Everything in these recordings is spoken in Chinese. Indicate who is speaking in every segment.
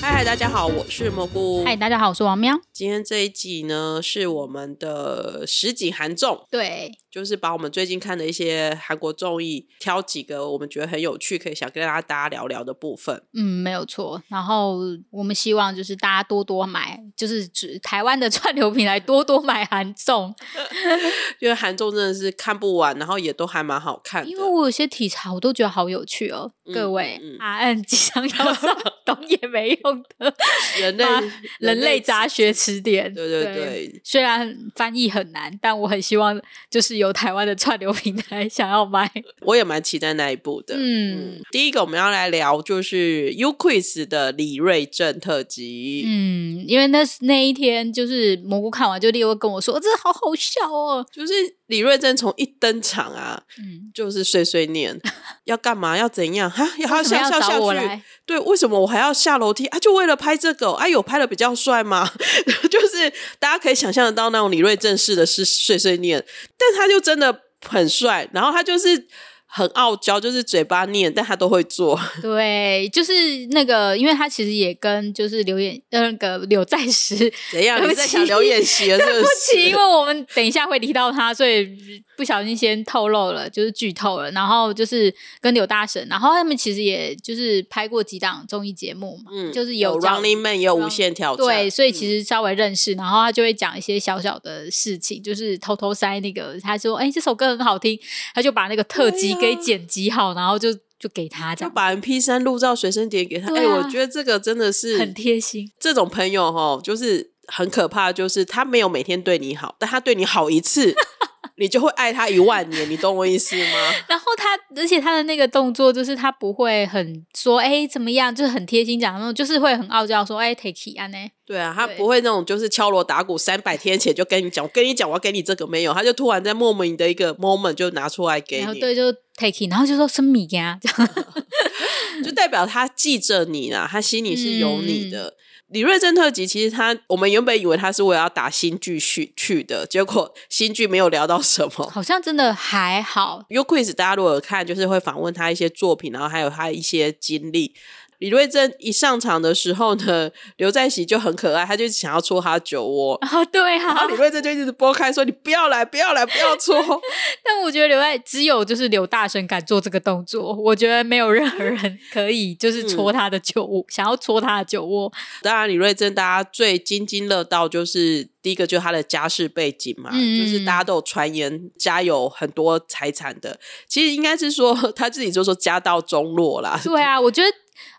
Speaker 1: 嗨嗨，大家好，我是蘑菇。
Speaker 2: 嗨，大家好，我是王喵。
Speaker 1: 今天这一集呢，是我们的实景韩综，
Speaker 2: 对，
Speaker 1: 就是把我们最近看的一些韩国综艺，挑几个我们觉得很有趣，可以想跟大家聊聊的部分。
Speaker 2: 嗯，没有错。然后我们希望就是大家多多买，就是指台湾的串流平台多多买韩综，
Speaker 1: 因为韩综真的是看不完，然后也都还蛮好看的。
Speaker 2: 因为我有些题材我都觉得好有趣哦。
Speaker 1: 嗯
Speaker 2: 各位，
Speaker 1: 嗯嗯
Speaker 2: 答案即将 要上，懂也没用的
Speaker 1: 人类
Speaker 2: 啊人类杂学词典。
Speaker 1: 对对对
Speaker 2: 虽然翻译很难，但我很希望就是有台湾的串流平台想 要买。
Speaker 1: 我也蛮期待那一部的。
Speaker 2: 嗯
Speaker 1: 第一个我们要来聊就是 U Quiz 的李瑞镇特辑。
Speaker 2: 嗯，因为那那一天就是蘑菇看完就立刻跟我说，哦这好好笑哦。
Speaker 1: 就是李瑞镇从一登场啊，
Speaker 2: 嗯，
Speaker 1: 就是碎碎念 要干嘛，要怎样哈，要
Speaker 2: 为什么
Speaker 1: 笑
Speaker 2: 要
Speaker 1: 笑
Speaker 2: 找
Speaker 1: 下
Speaker 2: 我
Speaker 1: 去
Speaker 2: 来。
Speaker 1: 对，为什么我还要下楼梯啊？就为了拍这个哦啊？有拍的比较帅吗？ 就是大家可以想象得到那种李瑞正式的是碎碎念，但他就真的很帅，然后他就是很傲娇，就是嘴巴念，但他都会做。
Speaker 2: 对，就是那个，因为他其实也跟就是刘演呃那个柳在石，对
Speaker 1: 怎样？
Speaker 2: 对
Speaker 1: 你
Speaker 2: 不
Speaker 1: 在
Speaker 2: 起
Speaker 1: 想刘演习了 是
Speaker 2: 不起，因
Speaker 1: 是
Speaker 2: 为？我们等一下会提到他，所以不小心先透露了，就是剧透了。然后就是跟柳大神，然后他们其实也就是拍过几档综艺节目嘛，
Speaker 1: 嗯
Speaker 2: 就是
Speaker 1: 有
Speaker 2: 有找
Speaker 1: Running Man，也有无限挑战。
Speaker 2: 对，所以
Speaker 1: 嗯
Speaker 2: 其实稍微认识，然后他就会讲一些小小的事情，就是偷偷塞那个，他说：“哎、这首歌很好听。”他就把那个特辑
Speaker 1: 对
Speaker 2: 给
Speaker 1: 啊
Speaker 2: 剪辑好，然后就就给他这
Speaker 1: 就
Speaker 2: 样，
Speaker 1: 把 M P 三录到随身碟给他。哎、
Speaker 2: 对啊
Speaker 1: 我觉得这个真的是
Speaker 2: 很贴心。
Speaker 1: 这种朋友哈，就是很可怕，就是他没有每天对你好，但他对你好一 次，你就会爱他一万年，你懂我意思吗？
Speaker 2: 然后他，而且他的那个动作就是他不会很说哎、怎么样，就是很贴心讲那种，就是会很傲娇说哎、take it 啊呢，
Speaker 1: 对啊，他
Speaker 2: 对
Speaker 1: 不会那种就是敲锣打鼓，三百天前就跟你讲，我跟你讲，我要给你这个没有，他就突然在莫名的一个 moment 就拿出来给
Speaker 2: 然后
Speaker 1: 你，
Speaker 2: 对就 take it，然后就说生米呀，这样
Speaker 1: 就代表他记着你啦，他心里是有你的。嗯李瑞镇特辑其实他，我们原本以为他是为了要打新剧去去的，结果新剧没有聊到什么，
Speaker 2: 好像真的还好，
Speaker 1: U Quiz 大家如果有看，就是会访问他一些作品，然后还有他一些经历。李瑞珍一上场的时候呢，刘在熙就很可爱，他就想要戳他酒窝，
Speaker 2: 哦对
Speaker 1: 然
Speaker 2: 啊
Speaker 1: 后，李瑞珍就一直拨开说：“你不要来，不要来，不要戳。
Speaker 2: 但我觉得刘爱只有就是刘大神敢做这个动作，我觉得没有任何人可以
Speaker 1: 嗯
Speaker 2: 就是戳他的酒窝，想要戳他的酒窝，”
Speaker 1: 当然，李瑞珍大家最津津乐道就是第一个就是他的家世背景嘛，
Speaker 2: 嗯
Speaker 1: 就是大家都有传言家有很多财产的，其实应该是说他自己就说家道中落啦，
Speaker 2: 对啊，我觉得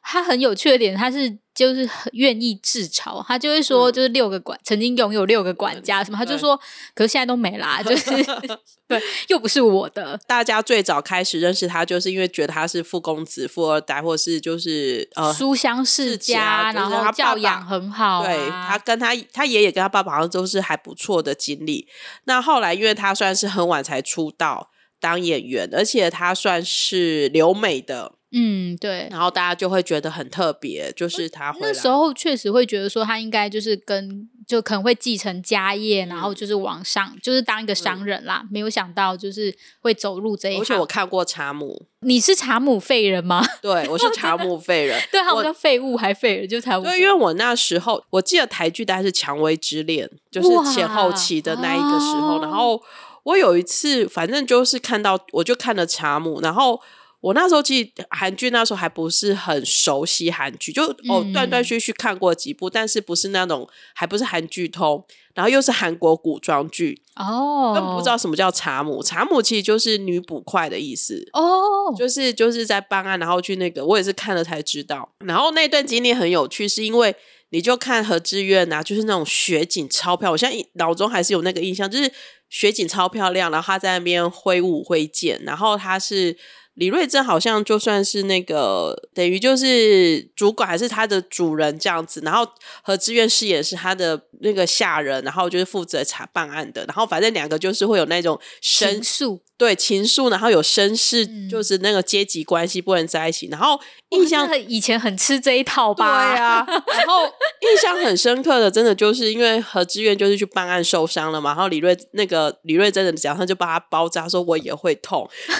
Speaker 2: 他很有趣的点，他是就是很愿意自嘲，他就会说，
Speaker 1: 嗯
Speaker 2: 就是六个管、曾经拥有六个管家什么，他
Speaker 1: 对
Speaker 2: 就说，可是现在都没啦，就是 对，又不是我 的，
Speaker 1: 大家最早开始认识他，就是因为觉得他是富公子、富二代，或是就是呃，
Speaker 2: 书香世家，
Speaker 1: 世家
Speaker 2: 然
Speaker 1: 就是他爸
Speaker 2: 后
Speaker 1: 爸
Speaker 2: 教养很好、啊，
Speaker 1: 对他跟他他爷爷跟他爸爸好像都是还不错的经历。那后来，因为他算是很晚才出道当演员，而且他算是留美的，
Speaker 2: 嗯，对。
Speaker 1: 然后大家就会觉得很特别，就是他回
Speaker 2: 哦那
Speaker 1: 来
Speaker 2: 时候确实会觉得说他应该就是跟就可能会继承家业，
Speaker 1: 嗯
Speaker 2: 然后就是往上，就是当一个商人啦。没有想到就是会走入这一
Speaker 1: 而且我
Speaker 2: 行。
Speaker 1: 看过查姆，
Speaker 2: 你是查姆废人吗？ ，
Speaker 1: 对我是查姆废人
Speaker 2: 对，啊好
Speaker 1: 我
Speaker 2: 像废物还废人，就查姆废
Speaker 1: 对，
Speaker 2: 人。
Speaker 1: 因为我那时候我记得台剧大概是《蔷薇之恋》，就是前后期的那一个时候，
Speaker 2: 哇
Speaker 1: 然后我有一次反正就是看到，我就看了茶姆，然后。我那时候其实韩剧那时候还不是很熟悉韩剧，就哦
Speaker 2: 嗯
Speaker 1: 断断续续看过几部，但是不是那种还不是韩剧通，然后又是韩国古装剧，
Speaker 2: 哦，
Speaker 1: 根本不知道什么叫茶母。茶母其实就是女捕快的意思。
Speaker 2: 哦，
Speaker 1: 就是就是在办案，然后去那个，我也是看了才知道。然后那段经历很有趣，是因为你就看何志远啊，就是那种雪景超漂亮，我现在脑中还是有那个印象，就是雪景超漂亮，然后他在那边挥舞挥剑，然后他是。李瑞珍好像就算是那个等于就是主管还是他的主人这样子，然后何志远饰演是他的那个下人，然后就是负责查办案的，然后反正两个就是会有那种深
Speaker 2: 情愫，
Speaker 1: 对情愫，然后有绅士，
Speaker 2: 嗯
Speaker 1: 就是那个阶级关系不能在一起。然后
Speaker 2: 印
Speaker 1: 印象
Speaker 2: 象以前很吃这一套
Speaker 1: 对
Speaker 2: 吧？
Speaker 1: 啊，然后印象很深刻的，真的就是因为何志远就是去办案受伤了嘛，然后李瑞那个李瑞真的脚上就把他包扎，说我也会痛， 就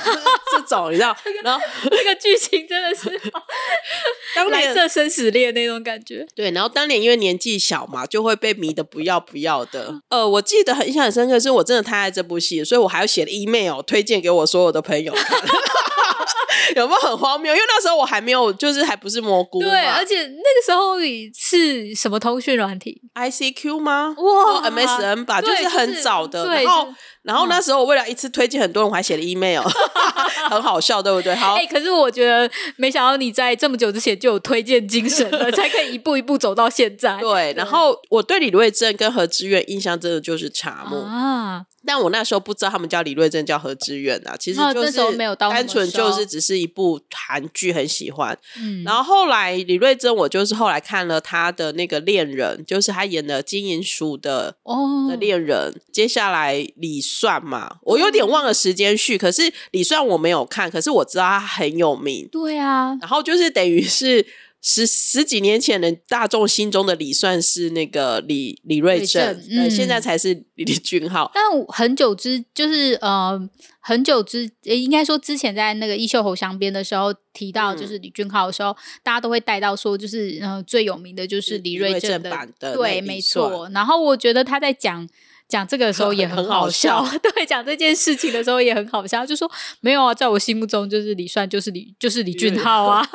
Speaker 1: 是这种你知道。然后
Speaker 2: 这个剧情 真的是
Speaker 1: 当
Speaker 2: 蓝
Speaker 1: 年
Speaker 2: 色生死恋那种感觉。
Speaker 1: 对，然后当年因为年纪小嘛，就会被迷得不要不要的。呃，我记得很印象很深刻，是我真的太爱这部戏，所以我还要写了 email 推荐给我所有的朋友 看。有没有很荒谬？因为那时候我还没有，就是还不是蘑菇嘛
Speaker 2: 对，而且那个时候是什么通讯软体？
Speaker 1: ICQ 吗？
Speaker 2: 哇
Speaker 1: 哦，MSN 吧，就
Speaker 2: 对
Speaker 1: 是很早的。
Speaker 2: 对，
Speaker 1: 然后
Speaker 2: 就，嗯
Speaker 1: 然后那时候我为了一次推荐很多人，我还写了 email，很好笑，对不对？好
Speaker 2: 哎、，可是我觉得没想到你在这么久之前就有推荐精神了，才可以一步一步走到现在。啊
Speaker 1: 对。然后我对李瑞镇跟何志远印象真的就是茶木，
Speaker 2: 啊，
Speaker 1: 但我那时候不知道他们叫李瑞珍，叫何志远啊，其实
Speaker 2: 哦
Speaker 1: 就
Speaker 2: 那时候
Speaker 1: 是
Speaker 2: 没有到那么
Speaker 1: 单纯就
Speaker 2: 熟
Speaker 1: 是只是一部韩剧很喜欢。
Speaker 2: 嗯，
Speaker 1: 然后后来李瑞珍，我就是后来看了他的那个恋人，就是他演的金银鼠的
Speaker 2: 哦
Speaker 1: 的恋人。接下来李算嘛，我有点忘了时间序，可是李算我没有看，可是我知道他很有名。
Speaker 2: 对啊，
Speaker 1: 然后就是等于是十十几年前的大众心中的李算是那个李李瑞
Speaker 2: 瑞
Speaker 1: 珍
Speaker 2: 镇，
Speaker 1: 对，
Speaker 2: 嗯
Speaker 1: 现在才是李李俊浩。
Speaker 2: 但我很久之就是呃，很久之诶应该说之前在那个衣袖侯镶边的时候提到，
Speaker 1: 嗯
Speaker 2: 就是李俊浩的时候，大家都会带到说，就是呃最有名的就是李瑞镇
Speaker 1: 李瑞镇版的那
Speaker 2: 对，
Speaker 1: 一
Speaker 2: 没
Speaker 1: 段
Speaker 2: 错。然后我觉得他在讲。讲这个的时候也
Speaker 1: 很
Speaker 2: 好
Speaker 1: 好笑
Speaker 2: 对，讲这件事情的时候也很好笑，就说没有啊，在我心目中就是李算就是李就是李
Speaker 1: 嗯
Speaker 2: 俊浩 啊，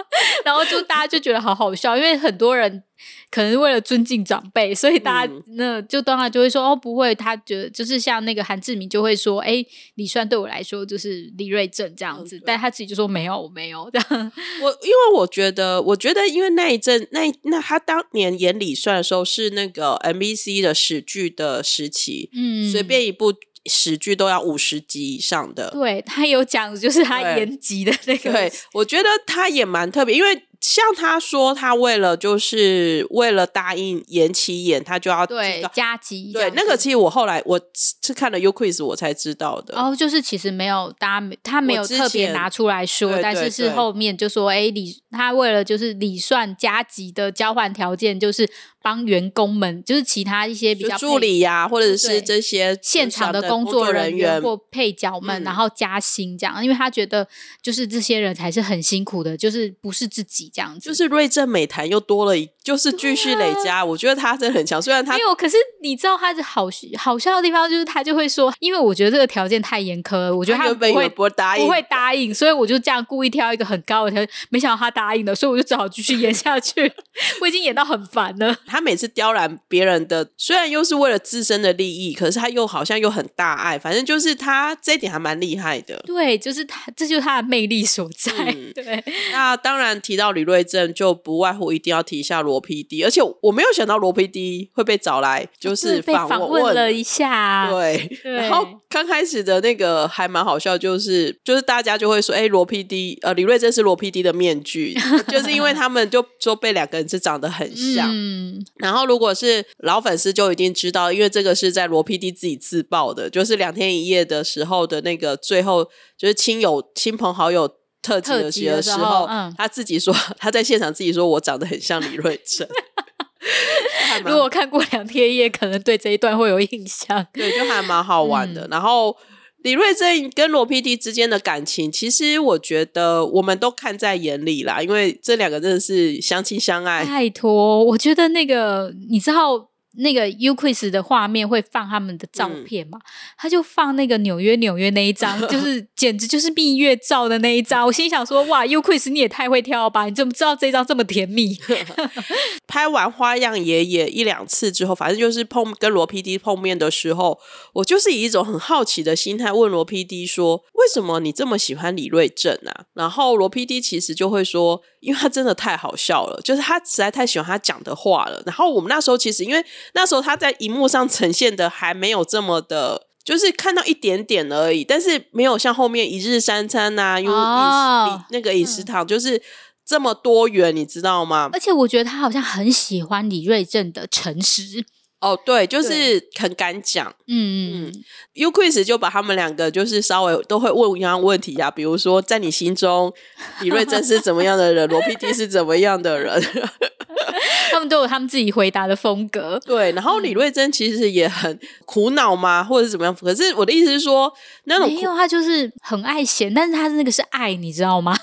Speaker 2: 然后就大家就觉得好好笑，因为很多人可能为了尊敬长辈，所以大家、
Speaker 1: 嗯
Speaker 2: 那就当然就会说哦，不会，他觉得就是像那个韩志明就会说，哎，李算对我来说就是李瑞镇这样
Speaker 1: 嗯
Speaker 2: 子，
Speaker 1: 对
Speaker 2: 但他自己就说没有，我没有这样，
Speaker 1: 我因为我觉得，我觉得因为那一阵，那那他当年演李算的时候是那个 MBC 的史剧的时期，
Speaker 2: 嗯，
Speaker 1: 随。便一部史剧都要五十集以上的。
Speaker 2: 对他有讲，就是他
Speaker 1: 对
Speaker 2: 延吉的那个，
Speaker 1: 对，我觉得他也蛮特别，因为像他说，他为了就是为了答应延期演，他就要
Speaker 2: 对
Speaker 1: 提高
Speaker 2: 加急这
Speaker 1: 对
Speaker 2: 样子，
Speaker 1: 那个，其实我后来我是是看了 U Quiz 我才知道的。
Speaker 2: 哦，就是其实没有，大家没他没
Speaker 1: 我
Speaker 2: 有
Speaker 1: 之
Speaker 2: 特别
Speaker 1: 前
Speaker 2: 拿出来说，
Speaker 1: 对
Speaker 2: 但是
Speaker 1: 对
Speaker 2: 是
Speaker 1: 对
Speaker 2: 后面就说，哎，李他为了就是理算加急的交换条件，就是帮员工们，就是其他一些比
Speaker 1: 就
Speaker 2: 较
Speaker 1: 助
Speaker 2: 配
Speaker 1: 理呀、或者
Speaker 2: 对
Speaker 1: 是这些
Speaker 2: 现场的工
Speaker 1: 工作
Speaker 2: 作人员
Speaker 1: 员
Speaker 2: 或配角们，
Speaker 1: 嗯
Speaker 2: 然后加薪这样，因为他觉得就是这些人才是很辛苦的，就是不是自己这样子。
Speaker 1: 就是瑞正美谈又多了一，就是继续
Speaker 2: 啊
Speaker 1: 累加。我觉得他真的很强，虽然他
Speaker 2: 没有，可是你知道他的好好笑的地方，就是他就会说，因为我觉得这个条件太严苛了，我觉得他
Speaker 1: 原本
Speaker 2: 不
Speaker 1: 也
Speaker 2: 会
Speaker 1: 不会答应，
Speaker 2: 不会答应，所以我就这样故意挑一个很高的条件，没想到他答应了，所以我就只好继续演下 去。我已经演到很烦了，
Speaker 1: 他每次刁难别人的，虽然又是为了自身的利益，可是他又好像又很大爱，反正就是他这一点还蛮厉害的。
Speaker 2: 对，就是他，这就是他的魅力所在，
Speaker 1: 嗯
Speaker 2: 对。
Speaker 1: 那当然提到李瑞正，就不外乎一定要提一下罗 PD，而且我没有想到罗 PD 会被找来就是
Speaker 2: 哦被
Speaker 1: 访
Speaker 2: 访
Speaker 1: 问
Speaker 2: 问了一下，
Speaker 1: 对，
Speaker 2: 对
Speaker 1: 然后刚开始的那个还蛮好笑，就是就是大家就会说，哎、罗 PD，呃，李瑞珍是罗 PD 的面具， 就是因为他们就说被两个人是长得很像。
Speaker 2: 嗯，
Speaker 1: 然后如果是老粉丝就一定知道，因为这个是在罗 PD 自己自曝的，就是两天一夜的时候的那个最后就是亲友亲朋好友。特辑
Speaker 2: 特
Speaker 1: 的
Speaker 2: 辑
Speaker 1: 时
Speaker 2: 的
Speaker 1: 候，
Speaker 2: 时候嗯
Speaker 1: 他自己说 他在现场自己说我长得很像李瑞珍， 还蛮
Speaker 2: 如果看过两天一夜，可能对这一段会有印象。
Speaker 1: 对，就还蛮好玩的。然后李瑞镇跟罗 PD 之间的感情，其实我觉得我们都看在眼里啦，因为这两个真的是相亲相爱。
Speaker 2: 拜托，我觉得那个你知道那个 U Quiz 的画面会放他们的照
Speaker 1: 嗯
Speaker 2: 片嘛，他就放那个纽约纽约那一张， 就是简直就是蜜月照的那一张。我心想说，哇，U Quiz 你也太会挑了吧？你怎么知道这张这么甜蜜？
Speaker 1: 拍完花样爷爷一两次之后，反正就是碰跟罗 PD 碰面的时候，我就是以一种很好奇的心态问罗 PD 说：“为什么你这么喜欢李瑞镇啊？”然后罗 PD 其实就会说：“因为他真的太好笑了，就是他实在太喜欢他讲的话了。”然后我们那时候其实因为那时候他在荧幕上呈现的还没有这么的。就是看到一点点而已，但是没有像后面一日三餐呐、啊，因为饮食
Speaker 2: 哦
Speaker 1: 那个饮食堂就是这么多元，你知道吗？
Speaker 2: 而且我觉得他好像很喜欢李瑞镇的诚实，
Speaker 1: 哦，对，就是很敢讲。
Speaker 2: 嗯嗯，
Speaker 1: U Quiz 就把他们两个就是稍微都会问一样问题呀、啊，比如说在你心中，李瑞珍是怎么样的人，罗 PD 是怎么样的人？
Speaker 2: 他们都有他们自己回答的风格。
Speaker 1: 对，然
Speaker 2: 嗯
Speaker 1: 后李瑞珍其实也很苦恼嘛，或者怎么样。可是我的意思是说，那种
Speaker 2: 没
Speaker 1: 苦
Speaker 2: 有，他就是很爱闲，但是他那个是爱，你知道吗？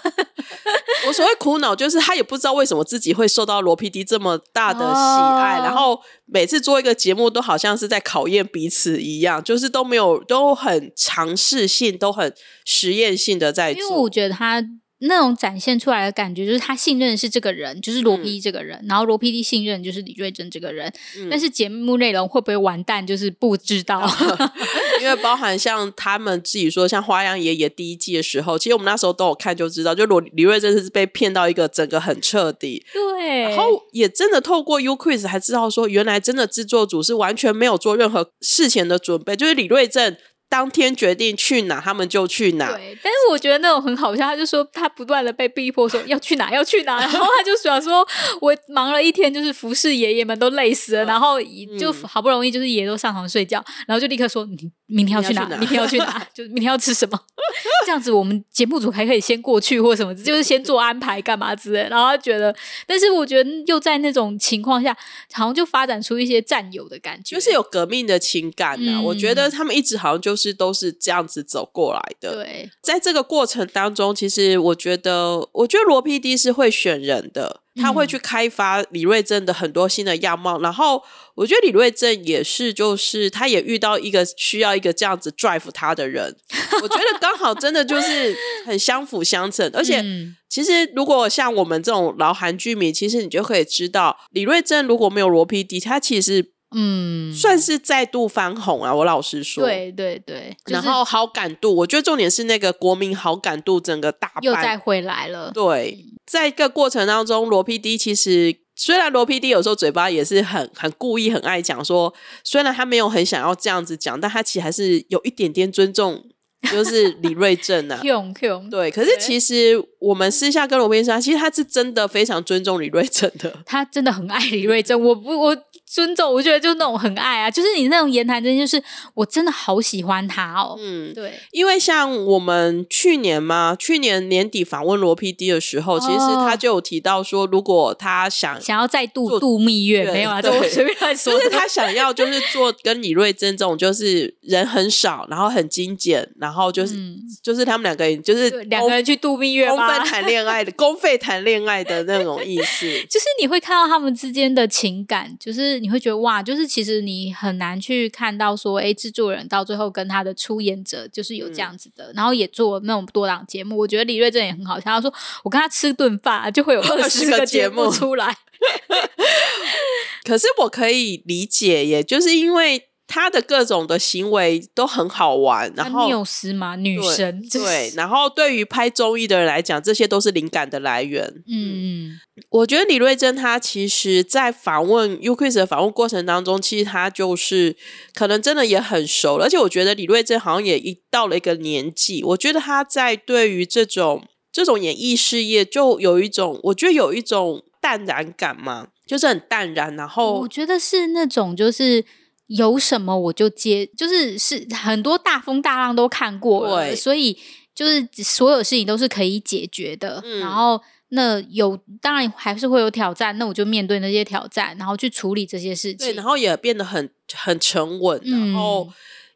Speaker 1: 我所谓苦恼，就是他也不知道为什么自己会受到罗 PD 这么大的喜爱，
Speaker 2: 哦
Speaker 1: 然后每次做一个节目都好像是在考验彼此一样，就是都没有都很尝试性，都很实验性的在
Speaker 2: 因为
Speaker 1: 做。
Speaker 2: 我觉得他那种展现出来的感觉，就是他信任的是这个人，就是罗 PD 这个人，然后罗 PD 信任就是李瑞珍这个人。
Speaker 1: 嗯
Speaker 2: 但是节目内容会不会完蛋，就是不知道。
Speaker 1: 嗯 因为包含像他们自己说，像《花样爷爷》第一季的时候，其实我们那时候都有看就知道，就罗李瑞真的是被骗到一个整个很彻底，
Speaker 2: 对，
Speaker 1: 然后也真的透过 U Quiz 还知道说，原来真的制作组是完全没有做任何事前的准备，就是李瑞正当天决定去哪，他们就去哪。
Speaker 2: 对，但是我觉得那种很好笑，他就说他不断的被逼迫说要去哪 要去哪，然后他就想说，我忙了一天，就是服侍爷爷们都累死了，然后一就
Speaker 1: 嗯
Speaker 2: 好不容易就是爷爷都上床睡觉，然后就立刻说你明天要去哪，明
Speaker 1: 明天
Speaker 2: 天要 去哪，就是明天要吃什么，这样子我们节目组还可以先过去或什么，就是先做安排干嘛之类的，然后他觉得，但是我觉得又在那种情况下，好像就发展出一些占有的感觉，
Speaker 1: 就是有革命的情感呐、
Speaker 2: 嗯
Speaker 1: 我觉得他们一直好像就是都是这样子走过来的。
Speaker 2: 对，
Speaker 1: 在这个过程当中，其实我觉得，我觉得罗 PD 是会选人的，他会
Speaker 2: 嗯
Speaker 1: 去开发李瑞镇的很多新的样貌。然后，我觉得李瑞镇也是，就是他也遇到一个需要一个这样子 drive 他的人，我觉得刚好真的就是很相辅相成，而且。
Speaker 2: 嗯
Speaker 1: 其实，如果像我们这种老韩剧迷，其实你就可以知道，李瑞镇如果没有罗 PD，他其实
Speaker 2: 嗯，
Speaker 1: 算是再度翻红啊。我老实说，
Speaker 2: 对对对，就是
Speaker 1: 然后好感度，我觉得重点是那个国民好感度整个大
Speaker 2: 又再
Speaker 1: 半。
Speaker 2: 回来了。。
Speaker 1: 对，在一个过程当中，罗 PD 其实虽然罗 PD 有时候嘴巴也是很很故意、很爱讲说，虽然他没有很想要这样子讲，但他其实还是有一点点尊重，就是李瑞正啊
Speaker 2: 用用，
Speaker 1: 对，可是其实我们私下跟罗宾莎，其实他是真的非常尊重李瑞正的。
Speaker 2: 他真的很爱李瑞珍，我 不我尊重，我觉得就是那种很爱啊，就是你那种言谈之间，就是我真的好喜欢他哦。
Speaker 1: 嗯，
Speaker 2: 对，
Speaker 1: 因为像我们去年嘛，去年年底访问罗 PD 的时候，其实
Speaker 2: 哦
Speaker 1: 他就有提到说，如果他想
Speaker 2: 想要再度
Speaker 1: 做
Speaker 2: 度蜜月，
Speaker 1: 对
Speaker 2: 没有啊，这
Speaker 1: 对
Speaker 2: 我随便 乱说
Speaker 1: 就
Speaker 2: 的。
Speaker 1: 是他想要就是做 跟李瑞珍这种，就是人很少，然后很精简，然后就是、
Speaker 2: 嗯
Speaker 1: 就是他们两个人就是
Speaker 2: 对两个人去度蜜月
Speaker 1: 公公
Speaker 2: 吧
Speaker 1: 费。谈恋 爱的，公费谈恋爱的那种意思。
Speaker 2: 就是你会看到他们之间的情感，就是你会觉得哇，就是其实你很难去看到说，哎，制作人到最后跟他的出演者就是有这样子
Speaker 1: 嗯
Speaker 2: 的，然后也做那种多档节目。我觉得李瑞镇也很好笑，他说我跟他吃顿饭 啊就会有二
Speaker 1: 20
Speaker 2: 十
Speaker 1: 个
Speaker 2: 个
Speaker 1: 节
Speaker 2: 节目
Speaker 1: 目
Speaker 2: 出来，
Speaker 1: 可是我可以理解耶，就是因为他的各种的行为都很好玩，然
Speaker 2: 那
Speaker 1: 后
Speaker 2: 缪斯嘛，女
Speaker 1: 对
Speaker 2: 神，就是
Speaker 1: 对，，然后对于拍综艺的人来讲，这些都是灵感的来源。
Speaker 2: 嗯嗯，
Speaker 1: 我觉得李瑞珍她其实，在访问 U Quiz 的访问过程当中，其实她就是可能真的也很熟了，而且我觉得李瑞珍好像也一到了一个年纪，我觉得她在对于这种这种演艺事业，就有一种我觉得有一种淡然感嘛，就是很淡然，然后
Speaker 2: 我觉得是那种就是。有什么我就接，就是是很多大风大浪都看过了，
Speaker 1: 对
Speaker 2: 所以就是所有事情都是可以解决的。
Speaker 1: 嗯
Speaker 2: 然后那有当然还是会有挑战，那我就面对那些挑战，然后去处理这些事情。
Speaker 1: 对，然后也变得很很沉稳，
Speaker 2: 嗯
Speaker 1: 然后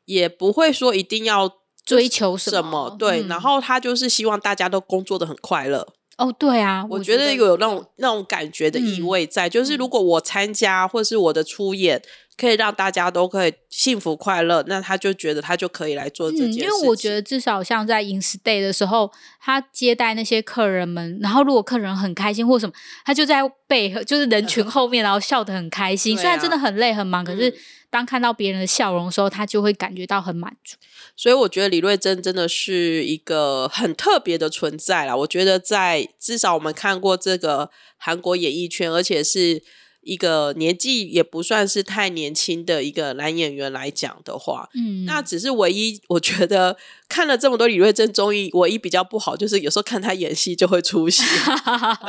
Speaker 1: 也不会说一定要
Speaker 2: 追求什
Speaker 1: 什么，对，
Speaker 2: 嗯
Speaker 1: 然后她就是希望大家都工作的很快乐。
Speaker 2: 哦，对啊，
Speaker 1: 我
Speaker 2: 觉
Speaker 1: 觉得有那种那种感觉的意
Speaker 2: 嗯
Speaker 1: 味在，就是如果我参加或是我的出演，可以让大家都可以幸福快乐，那他就觉得他就可以来做这件事
Speaker 2: 嗯，
Speaker 1: 情。
Speaker 2: 因为我觉得至少像在 in stay 的时候，他接待那些客人们，然后如果客人很开心或什么，他就在背后就是 人群后面，然后笑得很开心。
Speaker 1: 对啊
Speaker 2: 虽然真的很累很忙，可是
Speaker 1: 嗯
Speaker 2: 当看到别人的笑容的时候，他就会感觉到很满足。
Speaker 1: 所以我觉得李瑞珍真的是一个很特别的存在啦。我觉得在至少我们看过这个韩国演艺圈，而且是一个年纪也不算是太年轻的一个男演员来讲的话。
Speaker 2: 嗯，
Speaker 1: 那只是唯一，我觉得看了这么多李瑞珍综艺，唯一比较不好就是有时候看她演戏就会出 戏，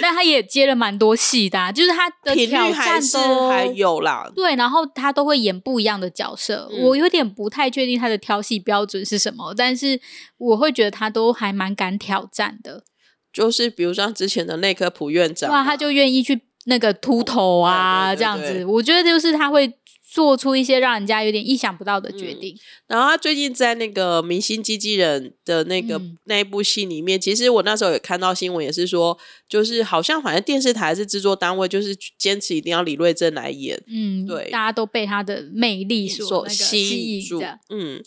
Speaker 2: 那他也接了蛮多戏的、啊，就是他的
Speaker 1: 频
Speaker 2: 挑
Speaker 1: 率还
Speaker 2: 战
Speaker 1: 是
Speaker 2: 都
Speaker 1: 还有啦。
Speaker 2: 对，然后他都会演不一样的角色，
Speaker 1: 嗯
Speaker 2: 我有点不太确定他的挑戏标准是什么，但是我会觉得他都还蛮敢挑战的，
Speaker 1: 就是比如像之前的内科普院长啊嘛，
Speaker 2: 哇，他就愿意去那个秃头啊
Speaker 1: 对对对
Speaker 2: 这样
Speaker 1: 对
Speaker 2: 子，我觉得就是他会做出一些让人家有点意想不到的决定，
Speaker 1: 然后他最近在那个《明星机器人》的那个、
Speaker 2: 嗯
Speaker 1: 那一部戏里面，其实我那时候也看到新闻，也是说，就是好像反正电视台还是制作单位，就是坚持一定要李瑞珍来演，
Speaker 2: 嗯，
Speaker 1: 对
Speaker 2: 大家都被他的魅力所那个
Speaker 1: 吸
Speaker 2: 吸
Speaker 1: 引住
Speaker 2: 的。。
Speaker 1: 嗯，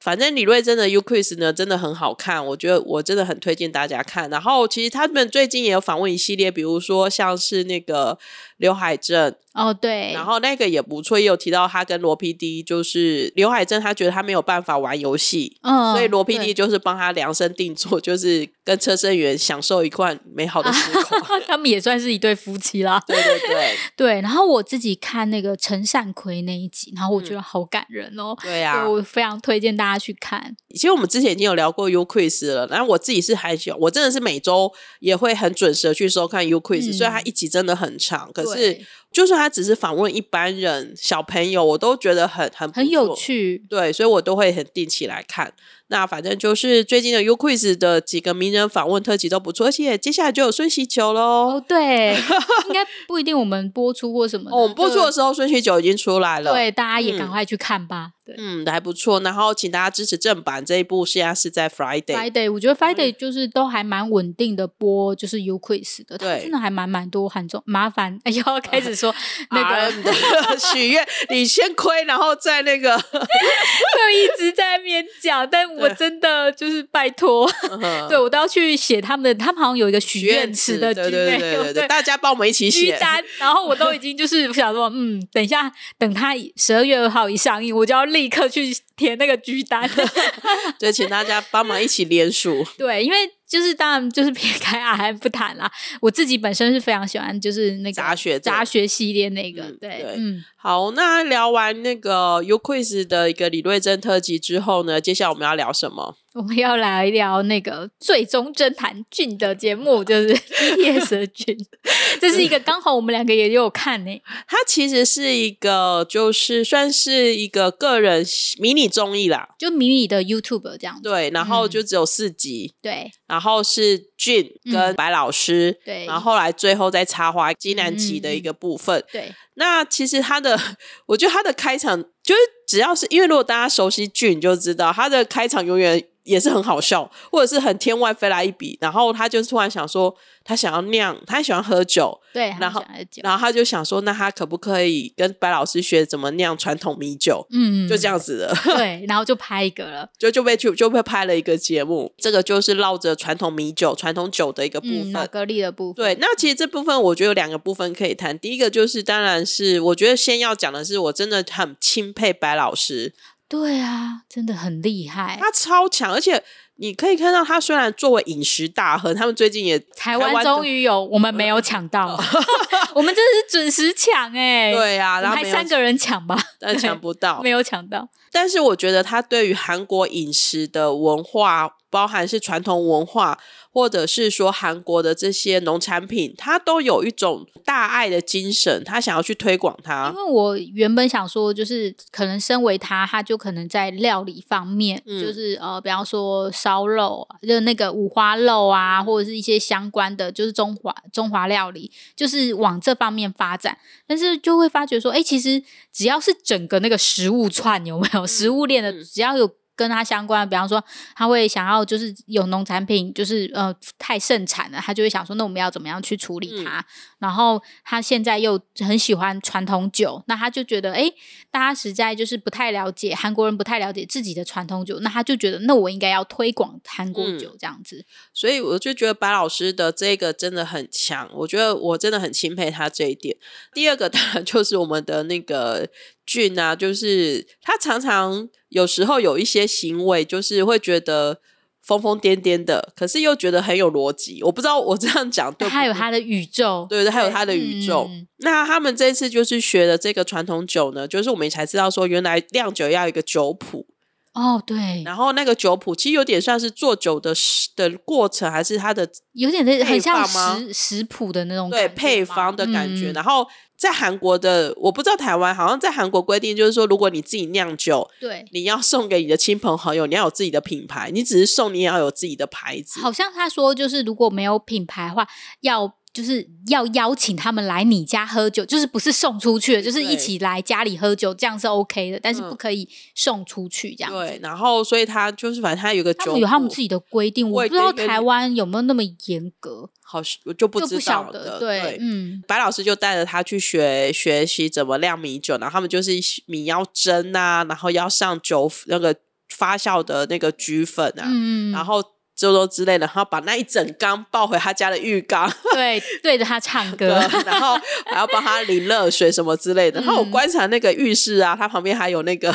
Speaker 1: 反正李瑞珍的《U Quiz》呢，真的很好看，我觉得我真的很推荐大家看。然后其实他们最近也有访问一系列，比如说像是那个刘海镇，
Speaker 2: 哦，对，
Speaker 1: 然后那个也不错，也有提到他跟罗 PD，就是刘海镇，他觉得他没有办法玩游戏，
Speaker 2: 嗯，
Speaker 1: 所以罗
Speaker 2: 对
Speaker 1: PD 就是帮他量身定做，就是跟车身员享受一块美好的 时光。
Speaker 2: 他们也算是一对夫妻啦。
Speaker 1: 对对对，
Speaker 2: 对，然后我自己看那个陈善奎那一集，然后我觉得好感人哦，
Speaker 1: 嗯对啊
Speaker 2: 对我非常推荐大家去看。
Speaker 1: 其实我们之前已经有聊过 U Quiz 了，然后我自己是还喜欢，我真的是每周也会很准时的去收看 U Quiz，、
Speaker 2: 嗯
Speaker 1: 虽然它一集真的很长，可是
Speaker 2: 对
Speaker 1: 就算它只是访问一般人、小朋友，我都觉得很很不
Speaker 2: 很有
Speaker 1: 错
Speaker 2: 趣，
Speaker 1: 对，所以我都会很定期来看。那反正就是最近的 U Quiz 的几个名人访问特辑都不错，而且接下来就有孙喜九喽。
Speaker 2: 哦， 对，应该不一定我们播出或什么的，
Speaker 1: 哦，我们播出的
Speaker 2: 就
Speaker 1: 时候孙喜九已经出来了。。
Speaker 2: 对，大家也
Speaker 1: 嗯
Speaker 2: 赶快去看吧。对
Speaker 1: 嗯，还不错。然后请大家支持正版这一部，现在是在 Friday。
Speaker 2: ，Friday，我觉得 Friday 就是都还蛮稳定的播，就是 U Quiz 的，它
Speaker 1: 对啊
Speaker 2: 真的还蛮蛮多韩综，麻烦哎要 开始说那个
Speaker 1: RM 的许愿，你先亏，然后再那个，
Speaker 2: 就一直在那边讲，但
Speaker 1: 对
Speaker 2: 我
Speaker 1: 嗯
Speaker 2: 真的就是拜托， 对我都要去写他们的，他们好像有一个许
Speaker 1: 许
Speaker 2: 愿
Speaker 1: 愿
Speaker 2: 池
Speaker 1: 池
Speaker 2: 的
Speaker 1: 对对
Speaker 2: 剧
Speaker 1: 对
Speaker 2: 内
Speaker 1: 对
Speaker 2: 容
Speaker 1: 对对，大家帮我们一起
Speaker 2: 居
Speaker 1: 写。
Speaker 2: 单，然后我都已经就是想说，嗯，等一下，等他十二月二号一上映，我就要立刻去填那个居 单。
Speaker 1: 对，请大家帮忙一起联署。
Speaker 2: 对，因为就是当然就是撇开阿汉不谈啦，我自己本身是非常喜欢就是 那个
Speaker 1: 杂学的
Speaker 2: 杂学系列那个，
Speaker 1: 嗯
Speaker 2: 对
Speaker 1: 对，
Speaker 2: 嗯，
Speaker 1: 好，那聊完那个 U Quiz 的一个李瑞珍特辑之后呢，接下来我们要聊什么？
Speaker 2: 我们要来聊那个最终侦探俊的 节目，就是 BTS 的俊，这是一个刚好我们两个也有看呢、
Speaker 1: 它其实是一个，就是算是一个个人迷你综艺啦。
Speaker 2: 就迷你的 YouTube 这样子，
Speaker 1: 对，然后
Speaker 2: 嗯
Speaker 1: 就只有四集，
Speaker 2: 对
Speaker 1: 然后是俊跟白老师，
Speaker 2: 对嗯
Speaker 1: 然后后来最后再插花金南吉的一个部分。
Speaker 2: 对，
Speaker 1: 那其实他的，我觉得他的开场就是只要是因为如果大家熟悉俊你就知道，他的开场永远也是很好笑，或者是很天外飞来一笔，然后他就突然想说他想要酿，他喜欢喝酒，
Speaker 2: 对，
Speaker 1: 然后
Speaker 2: 他们喜欢的节目
Speaker 1: 然后他就想说那他可不可以跟白老师学怎么酿传统米酒？
Speaker 2: 嗯，
Speaker 1: 就这样子的，
Speaker 2: 对，然后就拍一个了。
Speaker 1: 就就被就就被拍了一个节目，这个就是绕着传统米酒、传统酒的一个部
Speaker 2: 嗯，
Speaker 1: 分。
Speaker 2: 玛格丽的部分，
Speaker 1: 对，那其实这部分我觉得有两个部分可以谈。第一个就是，当然是我觉得先要讲的是，我真的很钦佩白老师，
Speaker 2: 对啊，真的很厉害。
Speaker 1: 他超强，而且你可以看到他虽然作为饮食大亨，他们最近也
Speaker 2: 台湾终
Speaker 1: 于
Speaker 2: 于有，我们没有抢到， 我们真的是准时抢哎、
Speaker 1: 哦对啊，
Speaker 2: 我
Speaker 1: 然
Speaker 2: 们
Speaker 1: 后
Speaker 2: 还
Speaker 1: 没有
Speaker 2: 三个人抢吧，
Speaker 1: 但抢不到
Speaker 2: 没。有抢到。
Speaker 1: 但是我觉得他对于韩国饮食的文化，包含是传统文化，或者是说韩国的这些农产品，他都有一种大爱的精神，他想要去推广
Speaker 2: 因
Speaker 1: 它。
Speaker 2: 为我原本想说，就是可能身为他，他就可能在料理方面，
Speaker 1: 嗯
Speaker 2: 就是呃，比方说烧肉，啊就是那个五花肉啊，或者是一些相关的，就是中华中华料理，就是往这方面发展。但是就会发觉说，哎、其实只要是整个那个食物串有没有食物链的，
Speaker 1: 嗯
Speaker 2: 只要有。跟他相关的，比方说他会想要就是有农产品就是呃太盛产了，他就会想说那我们要怎么样去处
Speaker 1: 嗯
Speaker 2: 理它？然后他现在又很喜欢传统酒，那他就觉得诶，大家实在就是不太了解韩国人不太了解自己的传统酒，那他就觉得那我应该要推广韩
Speaker 1: 嗯
Speaker 2: 国酒这样子。
Speaker 1: 所以我就觉得白老师的这个真的很强，我觉得我真的很钦佩他这一点。第二个当然就是我们的那个俊啊，就是他常常有时候有一些行为，就是会觉得疯疯癫癫的，可是又觉得很有逻辑。我不知道我这样讲对不对，
Speaker 2: 他有他的宇宙，
Speaker 1: 对对，还有他的宇宙。
Speaker 2: 嗯
Speaker 1: 那他们这次就是学的这个传统酒呢，就是我们才知道说，原来酿酒要有一个酒谱，
Speaker 2: 哦，对，
Speaker 1: 然后那个酒谱其实有点像是做酒的时的过程，还是它的
Speaker 2: 有点类很像
Speaker 1: 配方吗
Speaker 2: 食食谱的那种
Speaker 1: 对
Speaker 2: 感觉
Speaker 1: 配
Speaker 2: 吗
Speaker 1: 方的感觉。
Speaker 2: 嗯
Speaker 1: 然后在韩国的，我不知道台湾好像在韩国规定，就是说如果你自己酿酒，
Speaker 2: 对，
Speaker 1: 你要送给你的亲朋好友，你要有自己的品牌，你只是送，你也要有自己的牌子。
Speaker 2: 好像他说就是如果没有品牌的话，要就是要邀请他们来你家喝酒，就是不是送出去的，就是一
Speaker 1: 对
Speaker 2: 起来家里喝酒，这样是 OK 的，但是
Speaker 1: 嗯
Speaker 2: 不可以送出去这样子。
Speaker 1: 对，然后所以他就是反正他有个
Speaker 2: 他
Speaker 1: 酒
Speaker 2: 们有他们
Speaker 1: 谱
Speaker 2: 自己的规定，
Speaker 1: 我
Speaker 2: 我不
Speaker 1: 也
Speaker 2: 知
Speaker 1: 觉
Speaker 2: 道
Speaker 1: 得有
Speaker 2: 台
Speaker 1: 点
Speaker 2: 湾有没有那么严格，
Speaker 1: 好像我就不
Speaker 2: 就
Speaker 1: 知
Speaker 2: 不
Speaker 1: 道
Speaker 2: 晓
Speaker 1: 了
Speaker 2: 得。
Speaker 1: 对，
Speaker 2: 嗯，
Speaker 1: 白老师就带着他去学学习怎么酿米酒，然后他们就是米要蒸啊，然后要上酒那个发酵的那个菊粉啊，
Speaker 2: 嗯，
Speaker 1: 然后周周之类的，然后把那一整缸抱回他家的浴 缸，
Speaker 2: 对对着 他唱歌，
Speaker 1: 然后还要帮他淋热水什么之类的。然后我
Speaker 2: 嗯
Speaker 1: 观察那个浴室啊，它旁边还有那个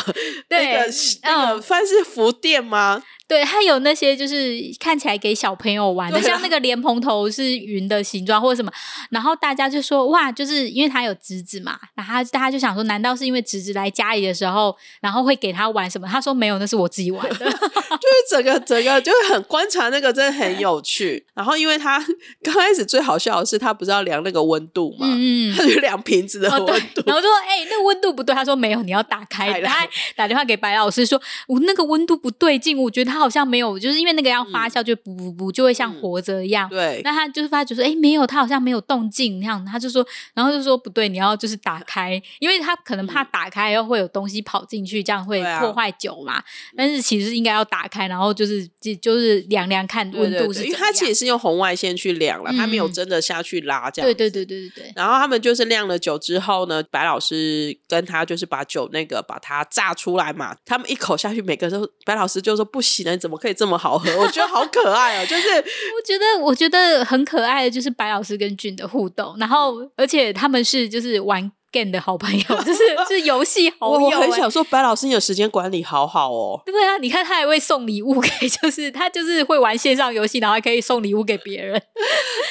Speaker 1: 那
Speaker 2: 对嗯
Speaker 1: 个那个算是福店 吗？
Speaker 2: 对，它有那些就是看起来给小朋友玩的，
Speaker 1: 对啊
Speaker 2: 像那个莲蓬头是云的形状或者什么，然后大家就说哇，就是因为它有侄子嘛，然后他大家就想说，难道是因为侄子来家里的时候，然后会给他玩什么？他说没有，那是我自己玩的。
Speaker 1: 啊就是整个整个就是很观察那个，真的很有趣。然后因为他 刚开始最好笑的是，他不是要量那个温度吗？
Speaker 2: 嗯 嗯
Speaker 1: 他。就量瓶子的
Speaker 2: 哦，
Speaker 1: 温
Speaker 2: 对
Speaker 1: 度，，
Speaker 2: 然后就说：“哎、那个温度不对。”他说：“没有，你要打开。”
Speaker 1: 开
Speaker 2: 然后还打电话给白老师说：“我那个温度不对劲，我觉得它好像没有，就是因为那个要发酵，就不不不，就会像
Speaker 1: 嗯
Speaker 2: 活着一样。
Speaker 1: 对
Speaker 2: 那他就是发觉说，哎、没有，他好像没有动静那样，他就说，然后就说不对，你要就是打开，因为他可能怕打开又会有东西跑进去，这样会
Speaker 1: 嗯对啊
Speaker 2: 破坏酒嘛。但是其实应该要打开，然后就是就就是量量看
Speaker 1: 对
Speaker 2: 温
Speaker 1: 对
Speaker 2: 度是
Speaker 1: 对，
Speaker 2: 怎
Speaker 1: 因为
Speaker 2: 么
Speaker 1: 他
Speaker 2: 样。
Speaker 1: 其实是用红外线去量了，他没有
Speaker 2: 嗯
Speaker 1: 真的下去拉这样。
Speaker 2: 对对对对对对，
Speaker 1: 然后他们就是酿了酒之后呢，白老师跟他就是把酒那个把它榨出来嘛，他们一口下去，每个都白老师就说不行啊，你怎么可以这么好喝？我觉得好可爱哦，就是
Speaker 2: 我觉得我觉得很可爱的就是白老师跟俊的互动，然
Speaker 1: 嗯
Speaker 2: 后而且他们是就是玩 game 的好朋友，就是是游戏 好
Speaker 1: 我
Speaker 2: 友、
Speaker 1: 我
Speaker 2: 欸。
Speaker 1: 很想说白老师你的时间管理好好哦。
Speaker 2: 对啊，你看他还会送礼物给，就是他就是会玩线上游戏，然后还可以送礼物给别人。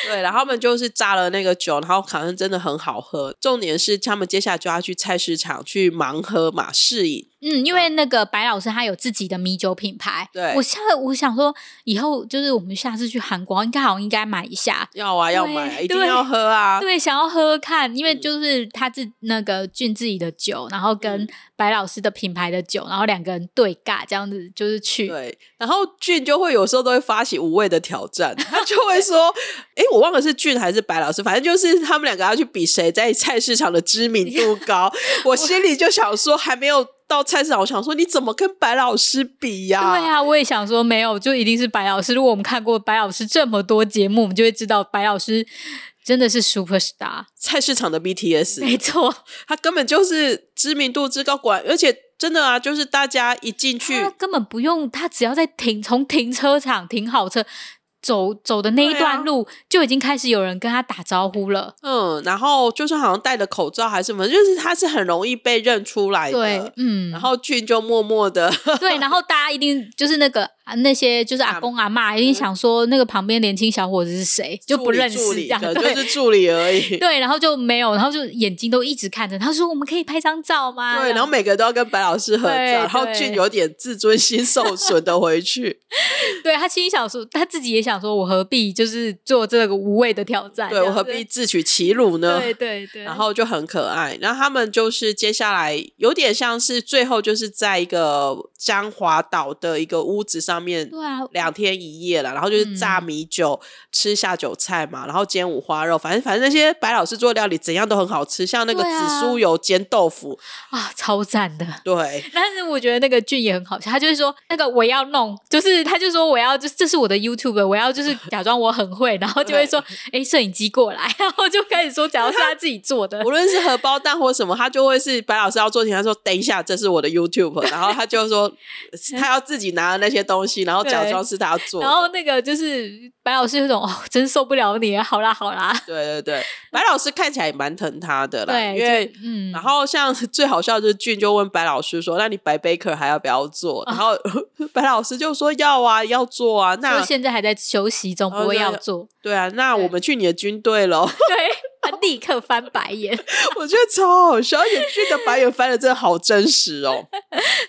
Speaker 1: 对，然后他们就是榨了那个酒，然后好像真的很好喝。重点是他们接下来就要去菜市场去盲喝嘛试饮，
Speaker 2: 嗯，因为那个白老师他有自己的米酒品牌。
Speaker 1: 对
Speaker 2: 我下我想说，以后就是我们下次去韩国，应该好像应该买一下。
Speaker 1: 要啊要
Speaker 2: 对
Speaker 1: 买啊，一定
Speaker 2: 对
Speaker 1: 要喝啊。
Speaker 2: 对，想要喝喝看，因为
Speaker 1: 嗯
Speaker 2: 就是他自那个俊自己的酒，然后跟
Speaker 1: 嗯
Speaker 2: 白老师的品牌的酒，然后两个人对尬，这样子就是去。
Speaker 1: 对，然后俊就会有时候都会发起无谓的挑战，他就会说：“ 诶，我忘了是俊还是白老师，反正就是他们两个要去比谁在菜市场的知名 度高。”我心里就想说，还没有到菜市场，我想说你怎么跟白老师比呀、
Speaker 2: 对啊，我也想说，没有，就一定是白老师。如果我们看过白老师这么多节目，我们就会知道白老师真的是 super star，
Speaker 1: 菜市场的 BTS，
Speaker 2: 没错。
Speaker 1: 他根本就是知名度之高，管而且真的啊，就是大家一进去
Speaker 2: 他，根本不用，他只要在停从停车场停好车，走走的那一
Speaker 1: 对啊
Speaker 2: 段路、就已经开始有人跟他打招呼了。
Speaker 1: 嗯，然后就算好像戴了口罩还是什么，就是他是很容易被认出来的。
Speaker 2: 对，嗯，
Speaker 1: 然后俊就默默的
Speaker 2: 对，然后大家一定就是那个啊那些就是阿
Speaker 1: 啊
Speaker 2: 公阿妈一定想说那个旁边年轻小伙子是谁， 就不认识
Speaker 1: 助
Speaker 2: 这
Speaker 1: 理
Speaker 2: 样
Speaker 1: 助理
Speaker 2: 对
Speaker 1: 的就是助理而已。
Speaker 2: 对，然后就没有，然后就眼睛都一直看着他，说我们可以拍张照吗？
Speaker 1: 对，然后每个人都要跟白老师合照，
Speaker 2: 啊对
Speaker 1: 然后
Speaker 2: 对
Speaker 1: 俊有点自尊心受损的回 去。
Speaker 2: 对他心里想说，他自己也想说，我何必就是做这个无谓的挑战？
Speaker 1: 对
Speaker 2: 啊这
Speaker 1: 我
Speaker 2: 样
Speaker 1: 何
Speaker 2: 子
Speaker 1: 必？自取其辱呢？
Speaker 2: 对对对，
Speaker 1: 然后就很可爱。然后他们就是接下来有点像是最后就是在一个江华岛的一个屋子上上面
Speaker 2: 对嗯啊，
Speaker 1: 两天一夜了，然后就是炸米酒、吃下酒菜嘛，然后煎五花肉，反正反正那些白老师做料理怎样都很好吃，像那个紫
Speaker 2: 对啊
Speaker 1: 苏油煎豆腐，
Speaker 2: 啊，超赞的。
Speaker 1: 对
Speaker 2: 但是我觉得那个俊也很好笑，他就是说那个我要弄，就是他就说我要就是这是我的 YouTube，我要就是假装我很会，然后就会说哎摄影机过来，然后就开始说假如是他自己做的
Speaker 1: 无，论是荷包蛋或什么，他就会是白老师要做前，他说等一下，这是我的 YouTube，然后他就 说他要自己拿的那些东西，然后假装是他要做的
Speaker 2: 然。后那个就是白老师有种哦真受不了你，好啦好啦，
Speaker 1: 对对对，白老师看起来也蛮疼他的啦，
Speaker 2: 对，
Speaker 1: 因为啊
Speaker 2: 就嗯，
Speaker 1: 然后像最好笑的就是俊就问白老师说：“那你白 baker 还要不要做？”然后 白老师就说：“要啊，要做啊。那”
Speaker 2: 哦说现在还在休息中，
Speaker 1: 然后
Speaker 2: 不会
Speaker 1: 就
Speaker 2: 要
Speaker 1: 是
Speaker 2: 做，
Speaker 1: 对啊，那我们去你的军队喽！
Speaker 2: 对，他立刻翻白眼，
Speaker 1: 我觉得超好笑，而且俊的白眼翻的真的好真实哦。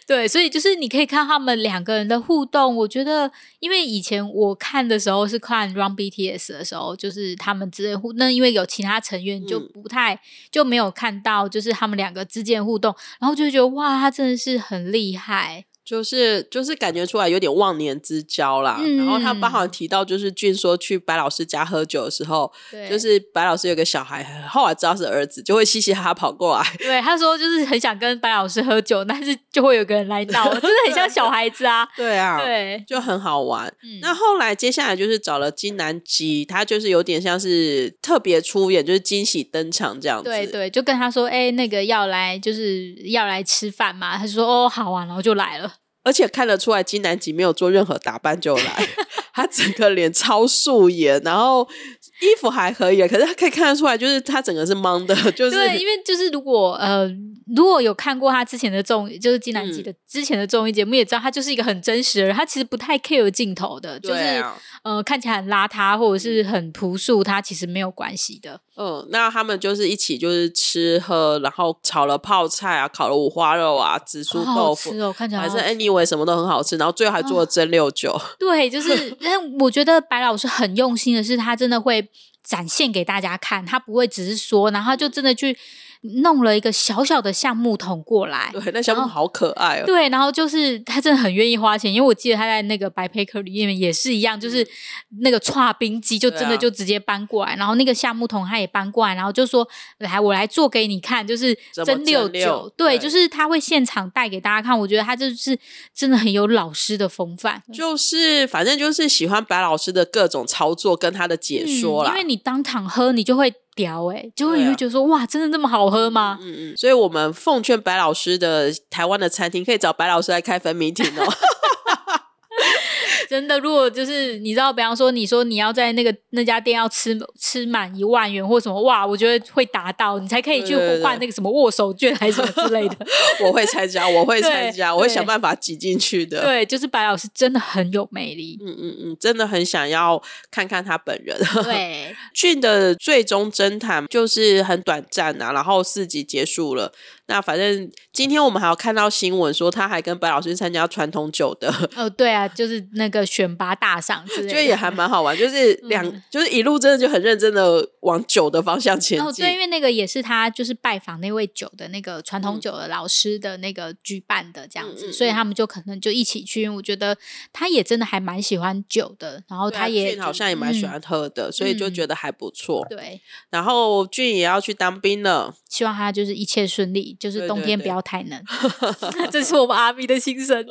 Speaker 2: 对，所以就是你可以看他们两个人的互动，我觉得，因为以前我看的时候是看 Run BTS 的时候，就是他们之间互，那因为有其他成员就
Speaker 1: 嗯
Speaker 2: 不太、就没有看到，就是他们两个之间的互动，然后就觉得哇，他真的是很厉害，
Speaker 1: 就是就是感觉出来有点忘年之交啦。
Speaker 2: 嗯
Speaker 1: 然后他爸好像提到，就是俊说去白老师家喝酒的时候，
Speaker 2: 对，
Speaker 1: 就是白老师有个小孩，后来知道是儿子，就会嘻嘻哈哈跑过来。
Speaker 2: 对他说就是很想跟白老师喝酒，但是就会有个人来闹，真的很像小孩子 啊，
Speaker 1: 对啊，
Speaker 2: 对，
Speaker 1: 就很好玩。
Speaker 2: 嗯
Speaker 1: 那后来接下来就是找了金南基，他就是有点像是特别出演，就是惊喜登场这样子。
Speaker 2: 对对，就跟他说，哎、那个要来就是要来吃饭嘛，他就说哦好啊，然后就来了。
Speaker 1: 而且看得出来金南吉没有做任何打扮就来， 他整个脸超素颜，然后衣服还可以，可是他可以看得出来，就是他整个是懵的，就是
Speaker 2: 对，因为就是如果呃，如果有看过他之前的综，就是金南吉
Speaker 1: 嗯
Speaker 2: 的、之前的综艺节目，也知道他就是一个很真实的人，他其实不太 care 镜头的，就是、
Speaker 1: 对啊
Speaker 2: 呃看起来很邋遢或者是很朴素，他其实没有关系的。
Speaker 1: 嗯，那他们就是一起就是吃喝，然后炒了泡菜啊，烤了五花肉啊，紫苏
Speaker 2: 好
Speaker 1: 豆
Speaker 2: 好
Speaker 1: 腐。哎
Speaker 2: 吃哦，看起来
Speaker 1: 反
Speaker 2: 好
Speaker 1: 正
Speaker 2: 好吃
Speaker 1: anyway 什么都很好吃，然后最后还
Speaker 2: 啊
Speaker 1: 做了蒸馏酒，
Speaker 2: 对，就是，但我觉得白老师很用心的是，他真的会展现给大家看，他不会只是说，然后
Speaker 1: 嗯
Speaker 2: 他就真的去弄了一个小小的橡木桶过来，
Speaker 1: 对，那小木好可爱哦。
Speaker 2: 对，然后就是他真的很愿意花钱，因为我记得他在那个白 paper 里面也是一样，就是那个刨冰机就
Speaker 1: 嗯对
Speaker 2: 真的
Speaker 1: 啊
Speaker 2: 就直接搬过来，然后那个橡木桶他也搬过来，然后就说来我来做给你看，就是
Speaker 1: 怎么
Speaker 2: 蒸
Speaker 1: 蒸
Speaker 2: 馏酒
Speaker 1: 馏，
Speaker 2: 对，
Speaker 1: 对
Speaker 2: 就是他会现场带给大家看，我觉得他就是真的很有老师的风范。
Speaker 1: 就是反正就是喜欢白老师的各种操作跟他的解说
Speaker 2: 嗯，
Speaker 1: 啦
Speaker 2: 因为。你当场喝，你就会屌哎、就会
Speaker 1: 对
Speaker 2: 你
Speaker 1: 啊
Speaker 2: 会觉得说、哇，真的这么好喝吗？
Speaker 1: 嗯嗯，所以我们奉劝白老师的台湾的餐厅可以找白老师来开分米厅哦。
Speaker 2: 真的，如果就是你知道，比方说你说你要在那个那家店要吃吃满一万元或什么，哇，我觉得会达到，你才可以去
Speaker 1: 对对对
Speaker 2: 换那个什么握手券还是什么 之类的。
Speaker 1: 我会参加，我会参
Speaker 2: 对
Speaker 1: 加，我会想
Speaker 2: 对
Speaker 1: 办法挤进去的。
Speaker 2: 对，就是白老师真的很有魅力。
Speaker 1: 嗯嗯嗯，真的很想要看看他本人。
Speaker 2: 对，
Speaker 1: 俊的最终侦探就是很短暂啊，然后四集结束了。那反正今天我们还有看到新闻说，他还跟白老师参加传统酒的，
Speaker 2: 哦，对啊，就是那个选拔大赏之类的，
Speaker 1: 就也还蛮好玩，就是
Speaker 2: 嗯
Speaker 1: 两、就是一路真的就很认真的往酒的方向前
Speaker 2: 哦，
Speaker 1: 进。
Speaker 2: 对，因为那个也是他就是拜访那位酒的那个传统酒的老师的那个举办的这样
Speaker 1: 嗯
Speaker 2: 子，
Speaker 1: 嗯嗯
Speaker 2: 所以他们就可能就一起去。因为我觉得他也真的还蛮喜欢酒的，然后
Speaker 1: 对啊
Speaker 2: 他也
Speaker 1: 俊
Speaker 2: 就
Speaker 1: 好像也蛮喜、
Speaker 2: 嗯
Speaker 1: 欢喝的，所以就觉得还不错。
Speaker 2: 对，
Speaker 1: 然后俊也要去当兵了，
Speaker 2: 希望他就是一切顺利，就是
Speaker 1: 对
Speaker 2: 冬
Speaker 1: 对
Speaker 2: 天不
Speaker 1: 对
Speaker 2: 要太 冷。 这是我们阿 B 的心声。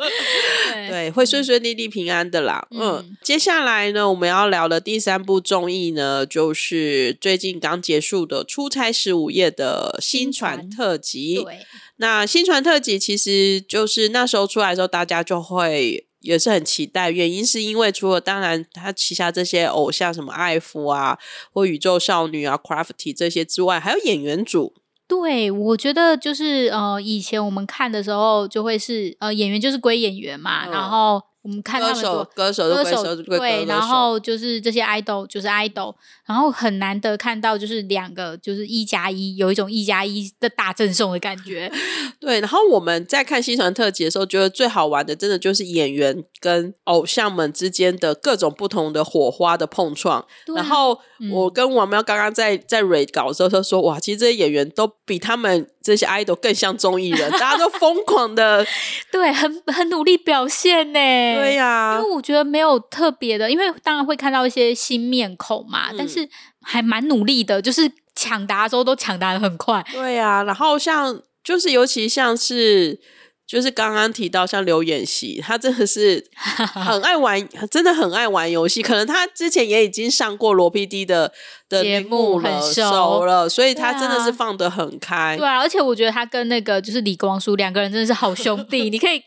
Speaker 2: 对
Speaker 1: 对，会顺顺利利、平安的啦。嗯，
Speaker 2: 嗯
Speaker 1: 接下来呢，我们要聊的第三部综艺呢，就是最近刚结束的《出差十五夜》的新
Speaker 2: 新传
Speaker 1: 传特辑。
Speaker 2: 对
Speaker 1: 那新传特辑其实就是那时候出来的时候，大家就会也是很期待，原因是因为除了当然他旗下这些偶像什么爱芙啊，或宇宙少女啊、Crafty 这些之外，还有演员组，
Speaker 2: 对，我觉得就是呃，以前我们看的时候就会是呃，演员就是归演员嘛，
Speaker 1: 嗯
Speaker 2: 然后我们看他
Speaker 1: 歌
Speaker 2: 们
Speaker 1: 手
Speaker 2: 多。
Speaker 1: 歌手
Speaker 2: 歌
Speaker 1: 都归
Speaker 2: 手
Speaker 1: 手归
Speaker 2: 对，
Speaker 1: 歌
Speaker 2: 然
Speaker 1: 手。
Speaker 2: 后就是这些 idol 就是 idol，然后很难得看到就是两个就是一加一，有一种一加一的大赠送的感觉。
Speaker 1: 对，然后我们在看新传特辑的时候，觉得最好玩的，真的就是演员跟偶像们之间的各种不同的火花的碰撞。
Speaker 2: 对啊
Speaker 1: 然后
Speaker 2: 嗯
Speaker 1: 我跟王喵刚刚在在蕊稿的时候就说，哇，其实这些演员都比他们这些 idol 更像综艺人，大家都疯狂 的，
Speaker 2: 对，很很努力表现呢。
Speaker 1: 对呀、
Speaker 2: 因为我觉得没有特别的，因为当然会看到一些新面孔嘛，
Speaker 1: 嗯
Speaker 2: 但是还蛮努力的，就是抢答的时候都抢答的很快。
Speaker 1: 对呀、然后像就是尤其像是就是刚刚提到像刘演熙，他真的 是很爱玩，真的很爱玩游戏。可能他之前也已经上过罗 PD 的的
Speaker 2: 节
Speaker 1: 荧
Speaker 2: 目
Speaker 1: 幕了，
Speaker 2: 很熟
Speaker 1: 熟了，所以他
Speaker 2: 对
Speaker 1: 真的
Speaker 2: 啊
Speaker 1: 是放得很开。
Speaker 2: 对啊，而且我觉得他跟那个就是李光洙两个人真的是好兄弟，你可 以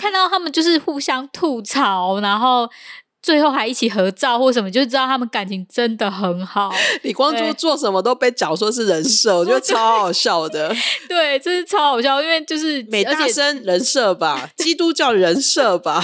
Speaker 2: 看到他们就是互相吐槽，然后最后还一起合照或什么，就知道他们感情真的很 好。
Speaker 1: 李光洙
Speaker 2: 对
Speaker 1: 做什么都被讲说是人设，我觉 得超好笑的。
Speaker 2: 对，真是超好笑，因为就是
Speaker 1: 美
Speaker 2: 而
Speaker 1: 大
Speaker 2: 且
Speaker 1: 生人设吧，基督教人设吧，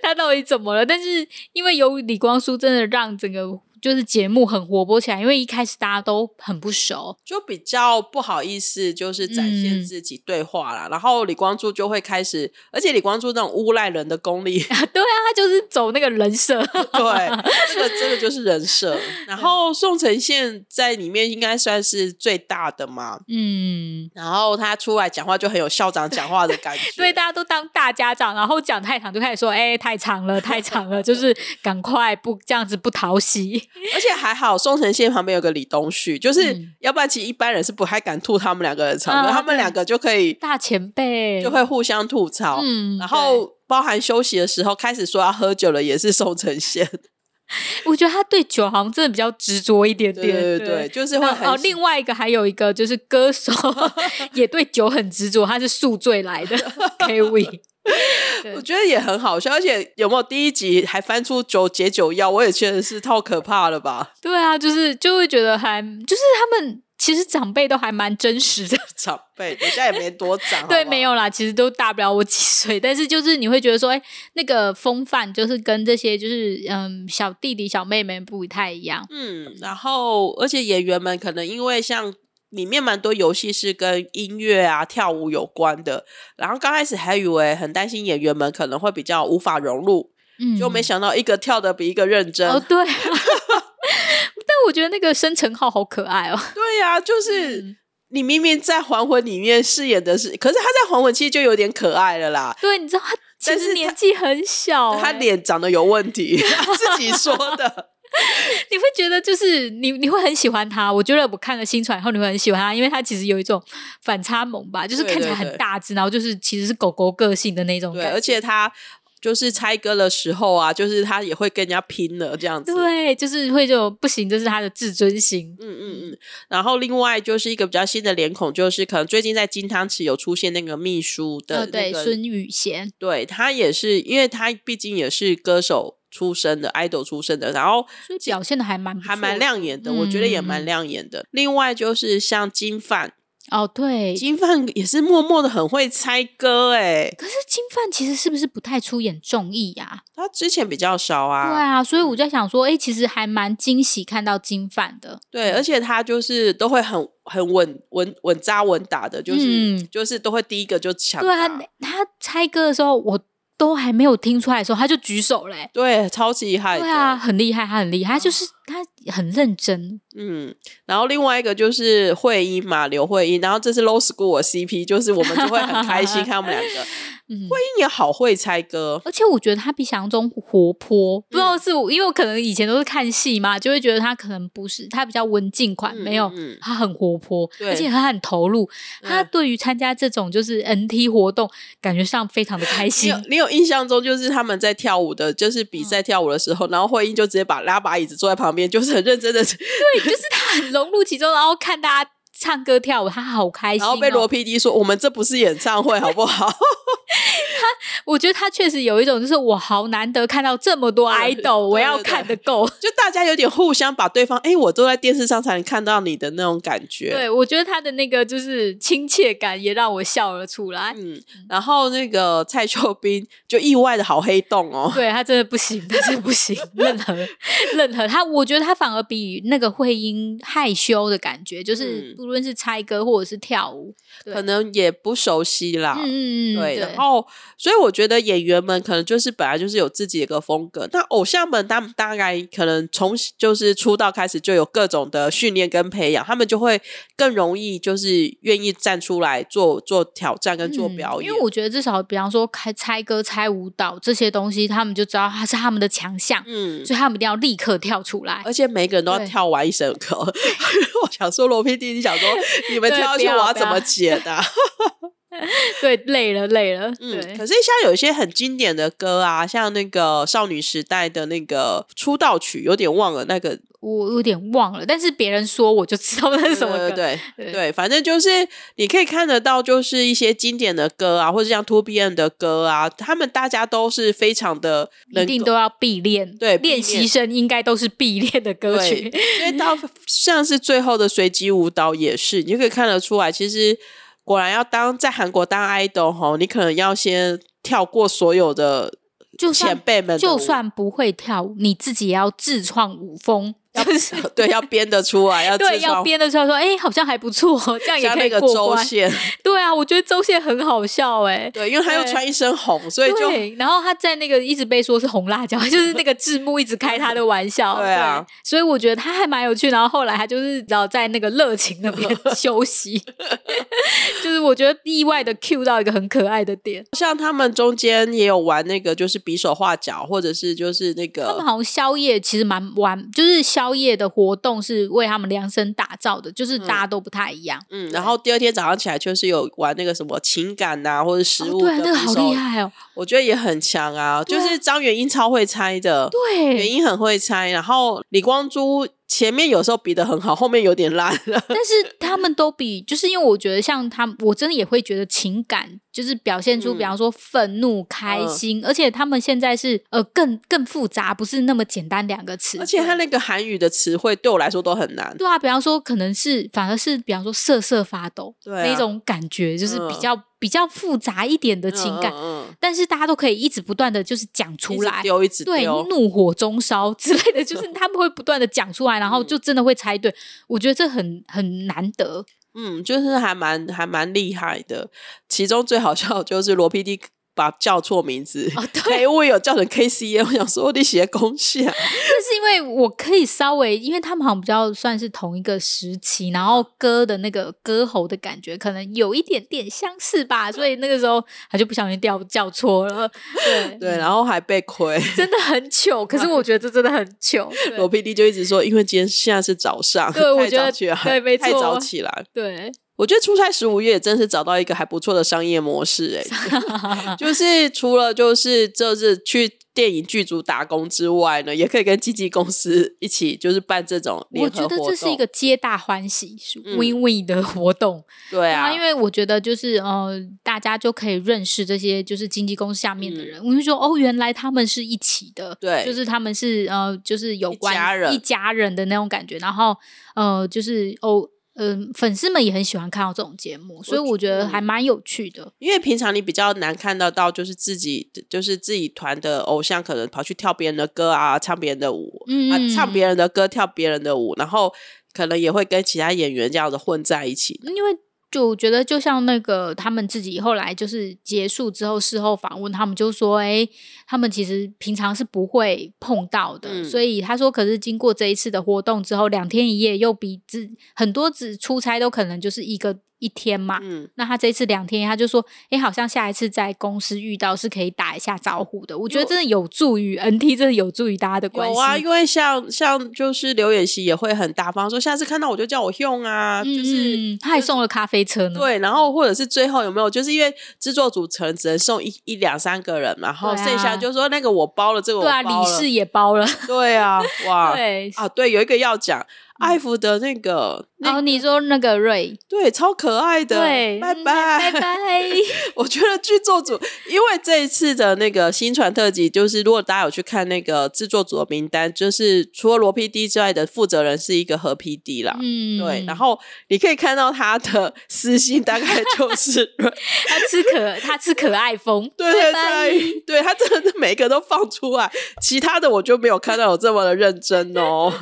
Speaker 2: 他到底怎么了？但是因为有李光洙，真的让整个就是节目很活泼起来，因为一开始大家都很不熟，
Speaker 1: 就比较不好意思，就是展
Speaker 2: 嗯
Speaker 1: 现自己对话啦。然后李光洙就会开始，而且李光洙那种诬赖人的功力，
Speaker 2: 对啊，他就是走那个人设，
Speaker 1: 对，这个这个就是人设。然后宋承宪在里面应该算是最大的嘛，
Speaker 2: 嗯。
Speaker 1: 然后他出来讲话就很有校长讲话的感觉，
Speaker 2: 对，大家都当大家长，然后讲太长就开始说，哎、太长了，太长 了，就是赶快不这样子不讨喜。
Speaker 1: 而且还好，宋承宪旁边有个李东旭，就是、
Speaker 2: 嗯
Speaker 1: 要不然其实一般人是不太敢吐他们两个人长的，
Speaker 2: 啊
Speaker 1: 他们两个就可以
Speaker 2: 大前辈
Speaker 1: 就会互相吐槽。
Speaker 2: 嗯
Speaker 1: 然后包含休息的时候开始说要喝酒了，也是宋承宪。
Speaker 2: 我觉得他对酒好像真的比较执着一点
Speaker 1: 对
Speaker 2: 点，
Speaker 1: 对对，
Speaker 2: 对。
Speaker 1: 就是会
Speaker 2: 然
Speaker 1: 很
Speaker 2: 后哦，另外一个还有一个就是歌 手也对酒很执着，他是宿醉来 的 K V，
Speaker 1: 我觉得也很好笑，而且有没有第一集还翻出酒解酒药，我也觉得是太可怕了吧，
Speaker 2: 对啊，就是就会觉得还就是他们其实长辈都还蛮真实的，
Speaker 1: 长辈人家也没多长，
Speaker 2: 对，
Speaker 1: 好不好
Speaker 2: 没。有啦，其实都大不了我几岁，但是就是你会觉得说，哎、那个风范就是跟这些就是嗯小弟弟小妹妹不太一样，
Speaker 1: 嗯，然后而且演员们可能因为像里面蛮多游戏是跟音乐啊、跳舞有关的，然后刚开始还以为很担心演员们可能会比较无法融入，
Speaker 2: 嗯，
Speaker 1: 就没想到一个跳的比一个认真。
Speaker 2: 哦，对、 啊，但我觉得那个申成浩好可爱哦，
Speaker 1: 对呀、就是。你明明在《还魂》里面饰演的是，可是他在《还魂》其实就有点可爱了啦。
Speaker 2: 对，你知道他其
Speaker 1: 但是
Speaker 2: 实
Speaker 1: 他
Speaker 2: 年纪很小、
Speaker 1: 他
Speaker 2: 哎
Speaker 1: 脸长得有问 题，他自己说的。
Speaker 2: 你会觉得就是你你会很喜欢他，我觉得我看了新传以后你会很喜欢他，因为他其实有一种反差萌吧，就是
Speaker 1: 对
Speaker 2: 看起来
Speaker 1: 对对
Speaker 2: 很大只，然后就是其实是狗狗个性的那种
Speaker 1: 对，
Speaker 2: 感觉，
Speaker 1: 而且他就是猜歌的时候啊，就是他也会跟人家拼了这样子。
Speaker 2: 对，就是会这种不行，这是他的自尊心。
Speaker 1: 嗯嗯嗯，然后另外就是一个比较新的脸孔，就是可能最近在金汤匙有出现那个秘书的、
Speaker 2: 呃，
Speaker 1: 那个
Speaker 2: 对，孙宇贤，
Speaker 1: 对他也是，因为他毕竟也是歌手出身的，idol 出身的，然后
Speaker 2: 所以表现的还蛮不
Speaker 1: 还
Speaker 2: 错
Speaker 1: 蛮
Speaker 2: 的
Speaker 1: 亮眼的，我觉得也
Speaker 2: 嗯
Speaker 1: 蛮亮眼的。另外就是像金范，
Speaker 2: 哦，对。
Speaker 1: 金范也是默默的很会猜歌，哎，
Speaker 2: 可是金范其实是不是不太出演综艺呀、
Speaker 1: 他之前比较少啊，
Speaker 2: 对啊，所以我在想说，哎、其实还蛮惊喜看到金范的。
Speaker 1: 对，而且他就是都会很很稳稳稳扎稳打的，就是、
Speaker 2: 嗯
Speaker 1: 就是都会第一个就抢
Speaker 2: 对啊
Speaker 1: 答，
Speaker 2: 他猜歌的时候，我都还没有听出来的时候，他就举手嘞、
Speaker 1: 对，超级厉害的。
Speaker 2: 对啊，很厉害，他很厉害，他
Speaker 1: 啊
Speaker 2: 就是他很认真。
Speaker 1: 嗯，然后另外一个就是慧英嘛，刘慧英，然后这是 Low School 的 CP，就是我们就会很开 心看他们两个。
Speaker 2: 嗯，
Speaker 1: 慧英也好会猜歌，
Speaker 2: 而且我觉得他比想象中活泼，
Speaker 1: 嗯
Speaker 2: 不知道是我因为我可能以前都是看戏嘛，就会觉得他可能不是他比较文静款，
Speaker 1: 嗯
Speaker 2: 啊没有
Speaker 1: 嗯嗯
Speaker 2: 他很活泼，
Speaker 1: 对嗯
Speaker 2: 而且他很投入。他对于参加这种就是 NT 活动，感觉上非常的开
Speaker 1: 你
Speaker 2: 心
Speaker 1: 有。你有印象中就是他们在跳舞的，就是
Speaker 2: 嗯
Speaker 1: 比赛跳舞的时候，然后慧英就直接把拉把椅子坐在旁边，就是很认真的，
Speaker 2: 对，就是他很融入其中，然后看大家唱歌跳舞，他好开心、
Speaker 1: 然
Speaker 2: 哦。
Speaker 1: 后被罗 PD 说我们这不是演唱会好不好？
Speaker 2: 我觉得他确实有一种就是我好难得看到这么多
Speaker 1: 对
Speaker 2: idol，我
Speaker 1: 对
Speaker 2: 要
Speaker 1: 对
Speaker 2: 看得够。
Speaker 1: 就大家有点互相把对方，哎、我都在电视上才能看到你的那种感觉。
Speaker 2: 对，我觉得他的那个就是亲切感也让我笑了出来。
Speaker 1: 嗯，然后那个蔡秀斌就意外的好黑洞哦，
Speaker 2: 对他真的不行，他真的不行，任何任何他，我觉得他反而比那个慧英害羞的感觉，就是
Speaker 1: 嗯
Speaker 2: 不论是猜歌或者是跳舞，对
Speaker 1: 可能也不熟悉啦。
Speaker 2: 嗯嗯嗯，
Speaker 1: 对，
Speaker 2: 对，
Speaker 1: 然后所以我觉得演员们可能就是本来就是有自己的一个风格，那偶像们他们大概可能从就是出道开始就有各种的训练跟培养，他们就会更容易就是愿意站出来做做挑战跟做表演。
Speaker 2: 嗯因为我觉得至少比方说开猜歌、猜舞蹈这些东西，他们就知道它是他们的强项，
Speaker 1: 嗯，哎
Speaker 2: 所以他们一定要立刻跳出来。
Speaker 1: 而且每个人都要
Speaker 2: 对
Speaker 1: 跳完一首歌。 我想说，罗 PD，你想 说你们
Speaker 2: 对
Speaker 1: 跳下去，
Speaker 2: 不
Speaker 1: 我
Speaker 2: 要
Speaker 1: 要
Speaker 2: 不
Speaker 1: 怎么
Speaker 2: 要
Speaker 1: 解答？
Speaker 2: 对，累了累了，
Speaker 1: 嗯，
Speaker 2: 对
Speaker 1: 可是像有一些很经典的歌啊，像那个少女时代的那个出道曲，有点忘了那个
Speaker 2: 我有点忘了，但是别人说我就知道那是什么歌。
Speaker 1: 对呃对对
Speaker 2: 对
Speaker 1: 对反正就是你可以看得到，就是一些经典的歌啊，或者像 Two B M 的歌啊，他们大家都是非常的能
Speaker 2: 一定
Speaker 1: 够
Speaker 2: 都要必练，
Speaker 1: 对必
Speaker 2: 练习生应该都是必练的歌曲。
Speaker 1: 因为 到像是最后的随机舞蹈也是，你就可以看得出来，其实果然要当在韩国当 idol 吼，你可能要先跳过所有的
Speaker 2: 就
Speaker 1: 前
Speaker 2: 算
Speaker 1: 辈们的舞，
Speaker 2: 就算不会跳舞，你自己也要自创舞风，就是
Speaker 1: 对 要编得出 来，要
Speaker 2: 对
Speaker 1: 自
Speaker 2: 要
Speaker 1: 创
Speaker 2: 编的时候说，哎、好像还不错，这样也
Speaker 1: 像
Speaker 2: 可
Speaker 1: 那
Speaker 2: 以
Speaker 1: 个
Speaker 2: 过
Speaker 1: 周
Speaker 2: 关。
Speaker 1: 线，
Speaker 2: 对啊，我觉得周宪很好笑哎、
Speaker 1: 对，因为他又
Speaker 2: 对
Speaker 1: 穿一身红，所以就
Speaker 2: 对，然后他在那个一直被说是红辣椒， 就是那个字幕一直开他的玩笑。
Speaker 1: 对啊
Speaker 2: 所以我觉得他还蛮有趣。然后后来他就是然后在那个热情那边 休息， 就是我觉得意外的 cue 到一个很可爱的点。
Speaker 1: 像他们中间也有玩那个，就是比手画脚，或者是就是那
Speaker 2: 他们
Speaker 1: 个
Speaker 2: 好像宵夜其实蛮玩，就是宵夜的活动是为他们量身打造的，就是大家都不太一样。
Speaker 1: 嗯，然后第二天早上起来就是有玩那个什么情感呐、或者食
Speaker 2: 哦，
Speaker 1: 物、
Speaker 2: 对啊，那个好厉，害哦！
Speaker 1: 我觉得也很强啊。就是张元英超会猜的，元
Speaker 2: 对，
Speaker 1: 英很会猜，然后李光洙前面有时候比的很好，后面有点烂了。
Speaker 2: 但是他们都比，就是因为我觉得像他们，我真的也会觉得情感就是表现出，
Speaker 1: 嗯
Speaker 2: 比方说愤怒、开心，而且他们现在是呃更更复杂，不是那么简单两个词。
Speaker 1: 而且他那个韩语的词汇对我来说都很难。
Speaker 2: 对啊，比方说可能是反而是比方说瑟瑟发抖、
Speaker 1: 对啊
Speaker 2: 那种感觉，就是
Speaker 1: 嗯
Speaker 2: 比较、比较复杂一点的情感。
Speaker 1: 嗯，嗯
Speaker 2: 但是大家都可以一直不断的就是讲
Speaker 1: 嗯一
Speaker 2: 出
Speaker 1: 直
Speaker 2: 来，
Speaker 1: 丢一直
Speaker 2: 对，
Speaker 1: 丢，嗯
Speaker 2: 怒火中烧 之类的，就是他们会不断的讲出来，然后就真的会猜对。我觉得这很很难得，
Speaker 1: 嗯，就是还蛮还蛮厉害的。其中最好笑的就是罗 PD 把叫错名字，
Speaker 2: 哦对
Speaker 1: 对，我有叫成 KCA，我想说你写恭喜啊，
Speaker 2: 但是因为我可以稍微，因为他们好像比较算是同一个时期，然
Speaker 1: 嗯
Speaker 2: 后歌的那个歌喉的感觉可能有一点点相似吧，所以那个时候他就不小心掉叫错 了，对
Speaker 1: 对，，然后还被亏。
Speaker 2: 真的很糗。可是我觉得这真的很糗， 对
Speaker 1: 罗 PD 就一直说，因为今天现在是早上，
Speaker 2: 对我
Speaker 1: 太
Speaker 2: 觉
Speaker 1: 早
Speaker 2: 得
Speaker 1: 起来，
Speaker 2: 对没
Speaker 1: 太早
Speaker 2: 错
Speaker 1: 起来。
Speaker 2: 对，
Speaker 1: 我觉得出差十五夜真是找到一个还不错的商业模式、 哎，就是除了就是就是去电影剧组打工之外呢，也可以跟经纪公司一起就是办这种联
Speaker 2: 我
Speaker 1: 合活
Speaker 2: 觉得
Speaker 1: 动。
Speaker 2: 这是一个皆大欢喜
Speaker 1: 嗯
Speaker 2: win win 的活动。
Speaker 1: 对
Speaker 2: 对
Speaker 1: 啊，
Speaker 2: 因为我觉得就是呃，大家就可以认识这些就是经纪公司下面的人，我就说哦，原来他们是一起的，
Speaker 1: 嗯对
Speaker 2: 就是他们是呃，就是有
Speaker 1: 一
Speaker 2: 关
Speaker 1: 家人
Speaker 2: 一家人的那种感觉，然后呃，就是哦。嗯、粉丝们也很喜欢看到这种节目，所以我觉得还蛮有趣的。
Speaker 1: 因为平常你比较难看得到，就是自己就是自己团的偶像，可能跑去跳别人的歌啊，唱别人的舞、
Speaker 2: 嗯，
Speaker 1: 啊，
Speaker 2: 嗯
Speaker 1: 唱别人的歌，跳别人的舞，然后可能也会跟其他演员这样子混在一起。
Speaker 2: 因为就我觉得，就像那个他们自己后来就是结束之后事后访问，他们就说，哎、他们其实平常是不会碰到的，
Speaker 1: 嗯
Speaker 2: 所以他说，可是经过这一次的活动之后，两天一夜又比之很多只出差都可能就是一个一天嘛。
Speaker 1: 嗯，
Speaker 2: 那他这一次两天，他就说，哎、好像下一次在公司遇到是可以打一下招呼的。我觉得
Speaker 1: 有
Speaker 2: 真的有助于 NT，真的有助于大家的关
Speaker 1: 有
Speaker 2: 系。
Speaker 1: 啊，因为像像就是刘演熙也会很大方说，下次看到我就叫我用啊，就是。
Speaker 2: 嗯嗯嗯他还送了咖啡车呢。
Speaker 1: 对，然后或者是最后有没有，就是因为制作组成只能送一一两三个人嘛，然后
Speaker 2: 对啊
Speaker 1: 剩下就说那个我包了，这个我
Speaker 2: 对
Speaker 1: 包
Speaker 2: 啊，
Speaker 1: 了，
Speaker 2: 李氏也包了。
Speaker 1: 对啊，哇，
Speaker 2: 对，嗯
Speaker 1: 啊，对，有一个要讲，艾芙的那个，那
Speaker 2: 哦，你说那个瑞，
Speaker 1: 对，超可爱的，
Speaker 2: 对，
Speaker 1: 拜
Speaker 2: 嗯
Speaker 1: 拜。
Speaker 2: 拜拜。
Speaker 1: 我觉得剧作组，因为这一次的那个新传特辑，就是如果大家有去看那个制作组的名单，就是除了罗 PD 之外的负责人是一个何 PD 啦。
Speaker 2: 嗯，
Speaker 1: 对，然后你可以看到他的私信，大概就是
Speaker 2: 他吃可他吃可爱风，
Speaker 1: 对对
Speaker 2: 拜拜
Speaker 1: 对，对他真的是每一个都放出来，其他的我就没有看到有这么的认真哦。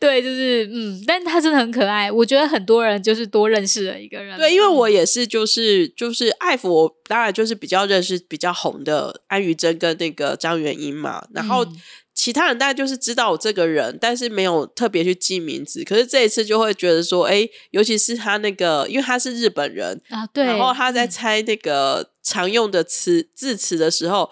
Speaker 2: 对，就是就是嗯，但他真的很可爱，我觉得很多人就是多认识了一个人。
Speaker 1: 对，因为我也是，就是就是爱抚，我当然就是比较认识比较红的安于真跟那个张元英嘛，然后。
Speaker 2: 嗯
Speaker 1: 其他人大家就是知道我这个人，但是没有特别去记名字。可是这一次就会觉得说，哎、尤其是他那个，因为他是日本人，
Speaker 2: 啊，对，
Speaker 1: 然后他在
Speaker 2: 嗯
Speaker 1: 猜那个常用的词字词的时候，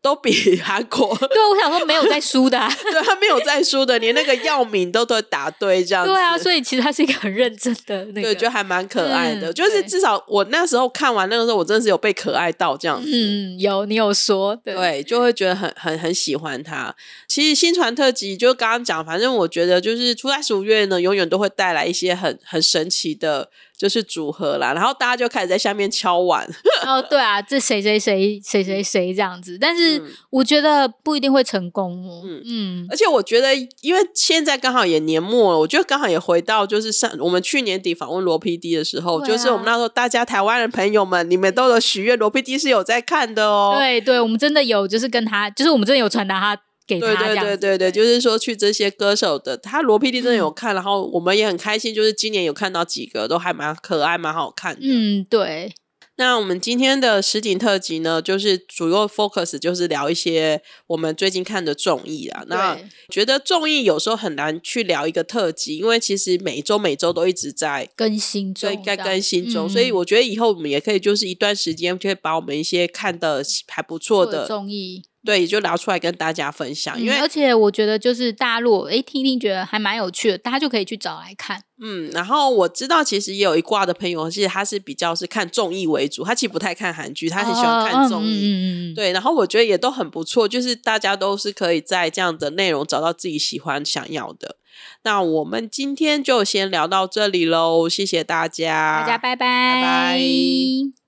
Speaker 1: 都比 韩国
Speaker 2: 对，我想说没有在输 的啊、
Speaker 1: 对他没有在输的，连那个药名都都答对这样子。
Speaker 2: 对啊，所以其实他是一个很认真的那个，
Speaker 1: 对，就还蛮可爱的。
Speaker 2: 嗯
Speaker 1: 就是
Speaker 2: 对
Speaker 1: 至少我那时候看完那个时候，我真的是有被可爱到这样子。
Speaker 2: 嗯，有你有说，对，
Speaker 1: 对，就会觉得很很很喜欢他。其实新传特辑就刚刚讲，反正我觉得就是初代十五月呢，永远都会带来一些很很神奇的，就是组合啦。然后大家就开始在下面敲碗，
Speaker 2: 哦，对啊，这谁谁谁谁谁谁这样子，但是
Speaker 1: 嗯
Speaker 2: 我觉得不一定会成功哦，嗯
Speaker 1: 而且我觉得，因为现在刚好也年末了，我觉得刚好也回到就是上我们去年底访问罗 PD 的时候，
Speaker 2: 对啊
Speaker 1: 就是我们那时候大家台湾的朋友们，你们都有许愿，罗 PD 是有在看的哦。
Speaker 2: 对对，我们真的有，就是跟他，就是我们真的有传达他给他
Speaker 1: 对
Speaker 2: 这
Speaker 1: 对
Speaker 2: 样
Speaker 1: 对
Speaker 2: 子，嗯
Speaker 1: 对对，就是说去这些歌手的，他罗 PD 真的有看，然后我们也很开心，就是今年有看到几个都还蛮可爱、蛮好看的。
Speaker 2: 嗯，对，
Speaker 1: 那我们今天的实景特辑呢，就是主要 focus 就是聊一些我们最近看的综艺啊。那
Speaker 2: 对
Speaker 1: 觉得综艺有时候很难去聊一个特辑，因为其实每周每周都一直在。
Speaker 2: 更新
Speaker 1: 所
Speaker 2: 中
Speaker 1: 以
Speaker 2: 这样，
Speaker 1: 在更新中，
Speaker 2: 嗯
Speaker 1: 所以我觉得以后我们也可以就是一段时间，就会把我们一些看的还不错
Speaker 2: 做
Speaker 1: 的，
Speaker 2: 综艺，
Speaker 1: 对，也就拿出来跟大家分享。因
Speaker 2: 嗯
Speaker 1: 为
Speaker 2: 而且我觉得就是大家如果哎听一听觉得还蛮有趣的，大家就可以去找来看，
Speaker 1: 嗯，然后我知道，其实也有一挂的朋友，其实他是比较是看综艺为主，他其实不太看韩剧，他很喜欢看
Speaker 2: 哦
Speaker 1: 综
Speaker 2: 嗯
Speaker 1: 艺。
Speaker 2: 嗯嗯嗯，
Speaker 1: 对，然后我觉得也都很不错，就是大家都是可以在这样的内容找到自己喜欢、想要的。那我们今天就先聊到这里喽，谢谢大家，
Speaker 2: 大家拜拜
Speaker 1: 啊拜拜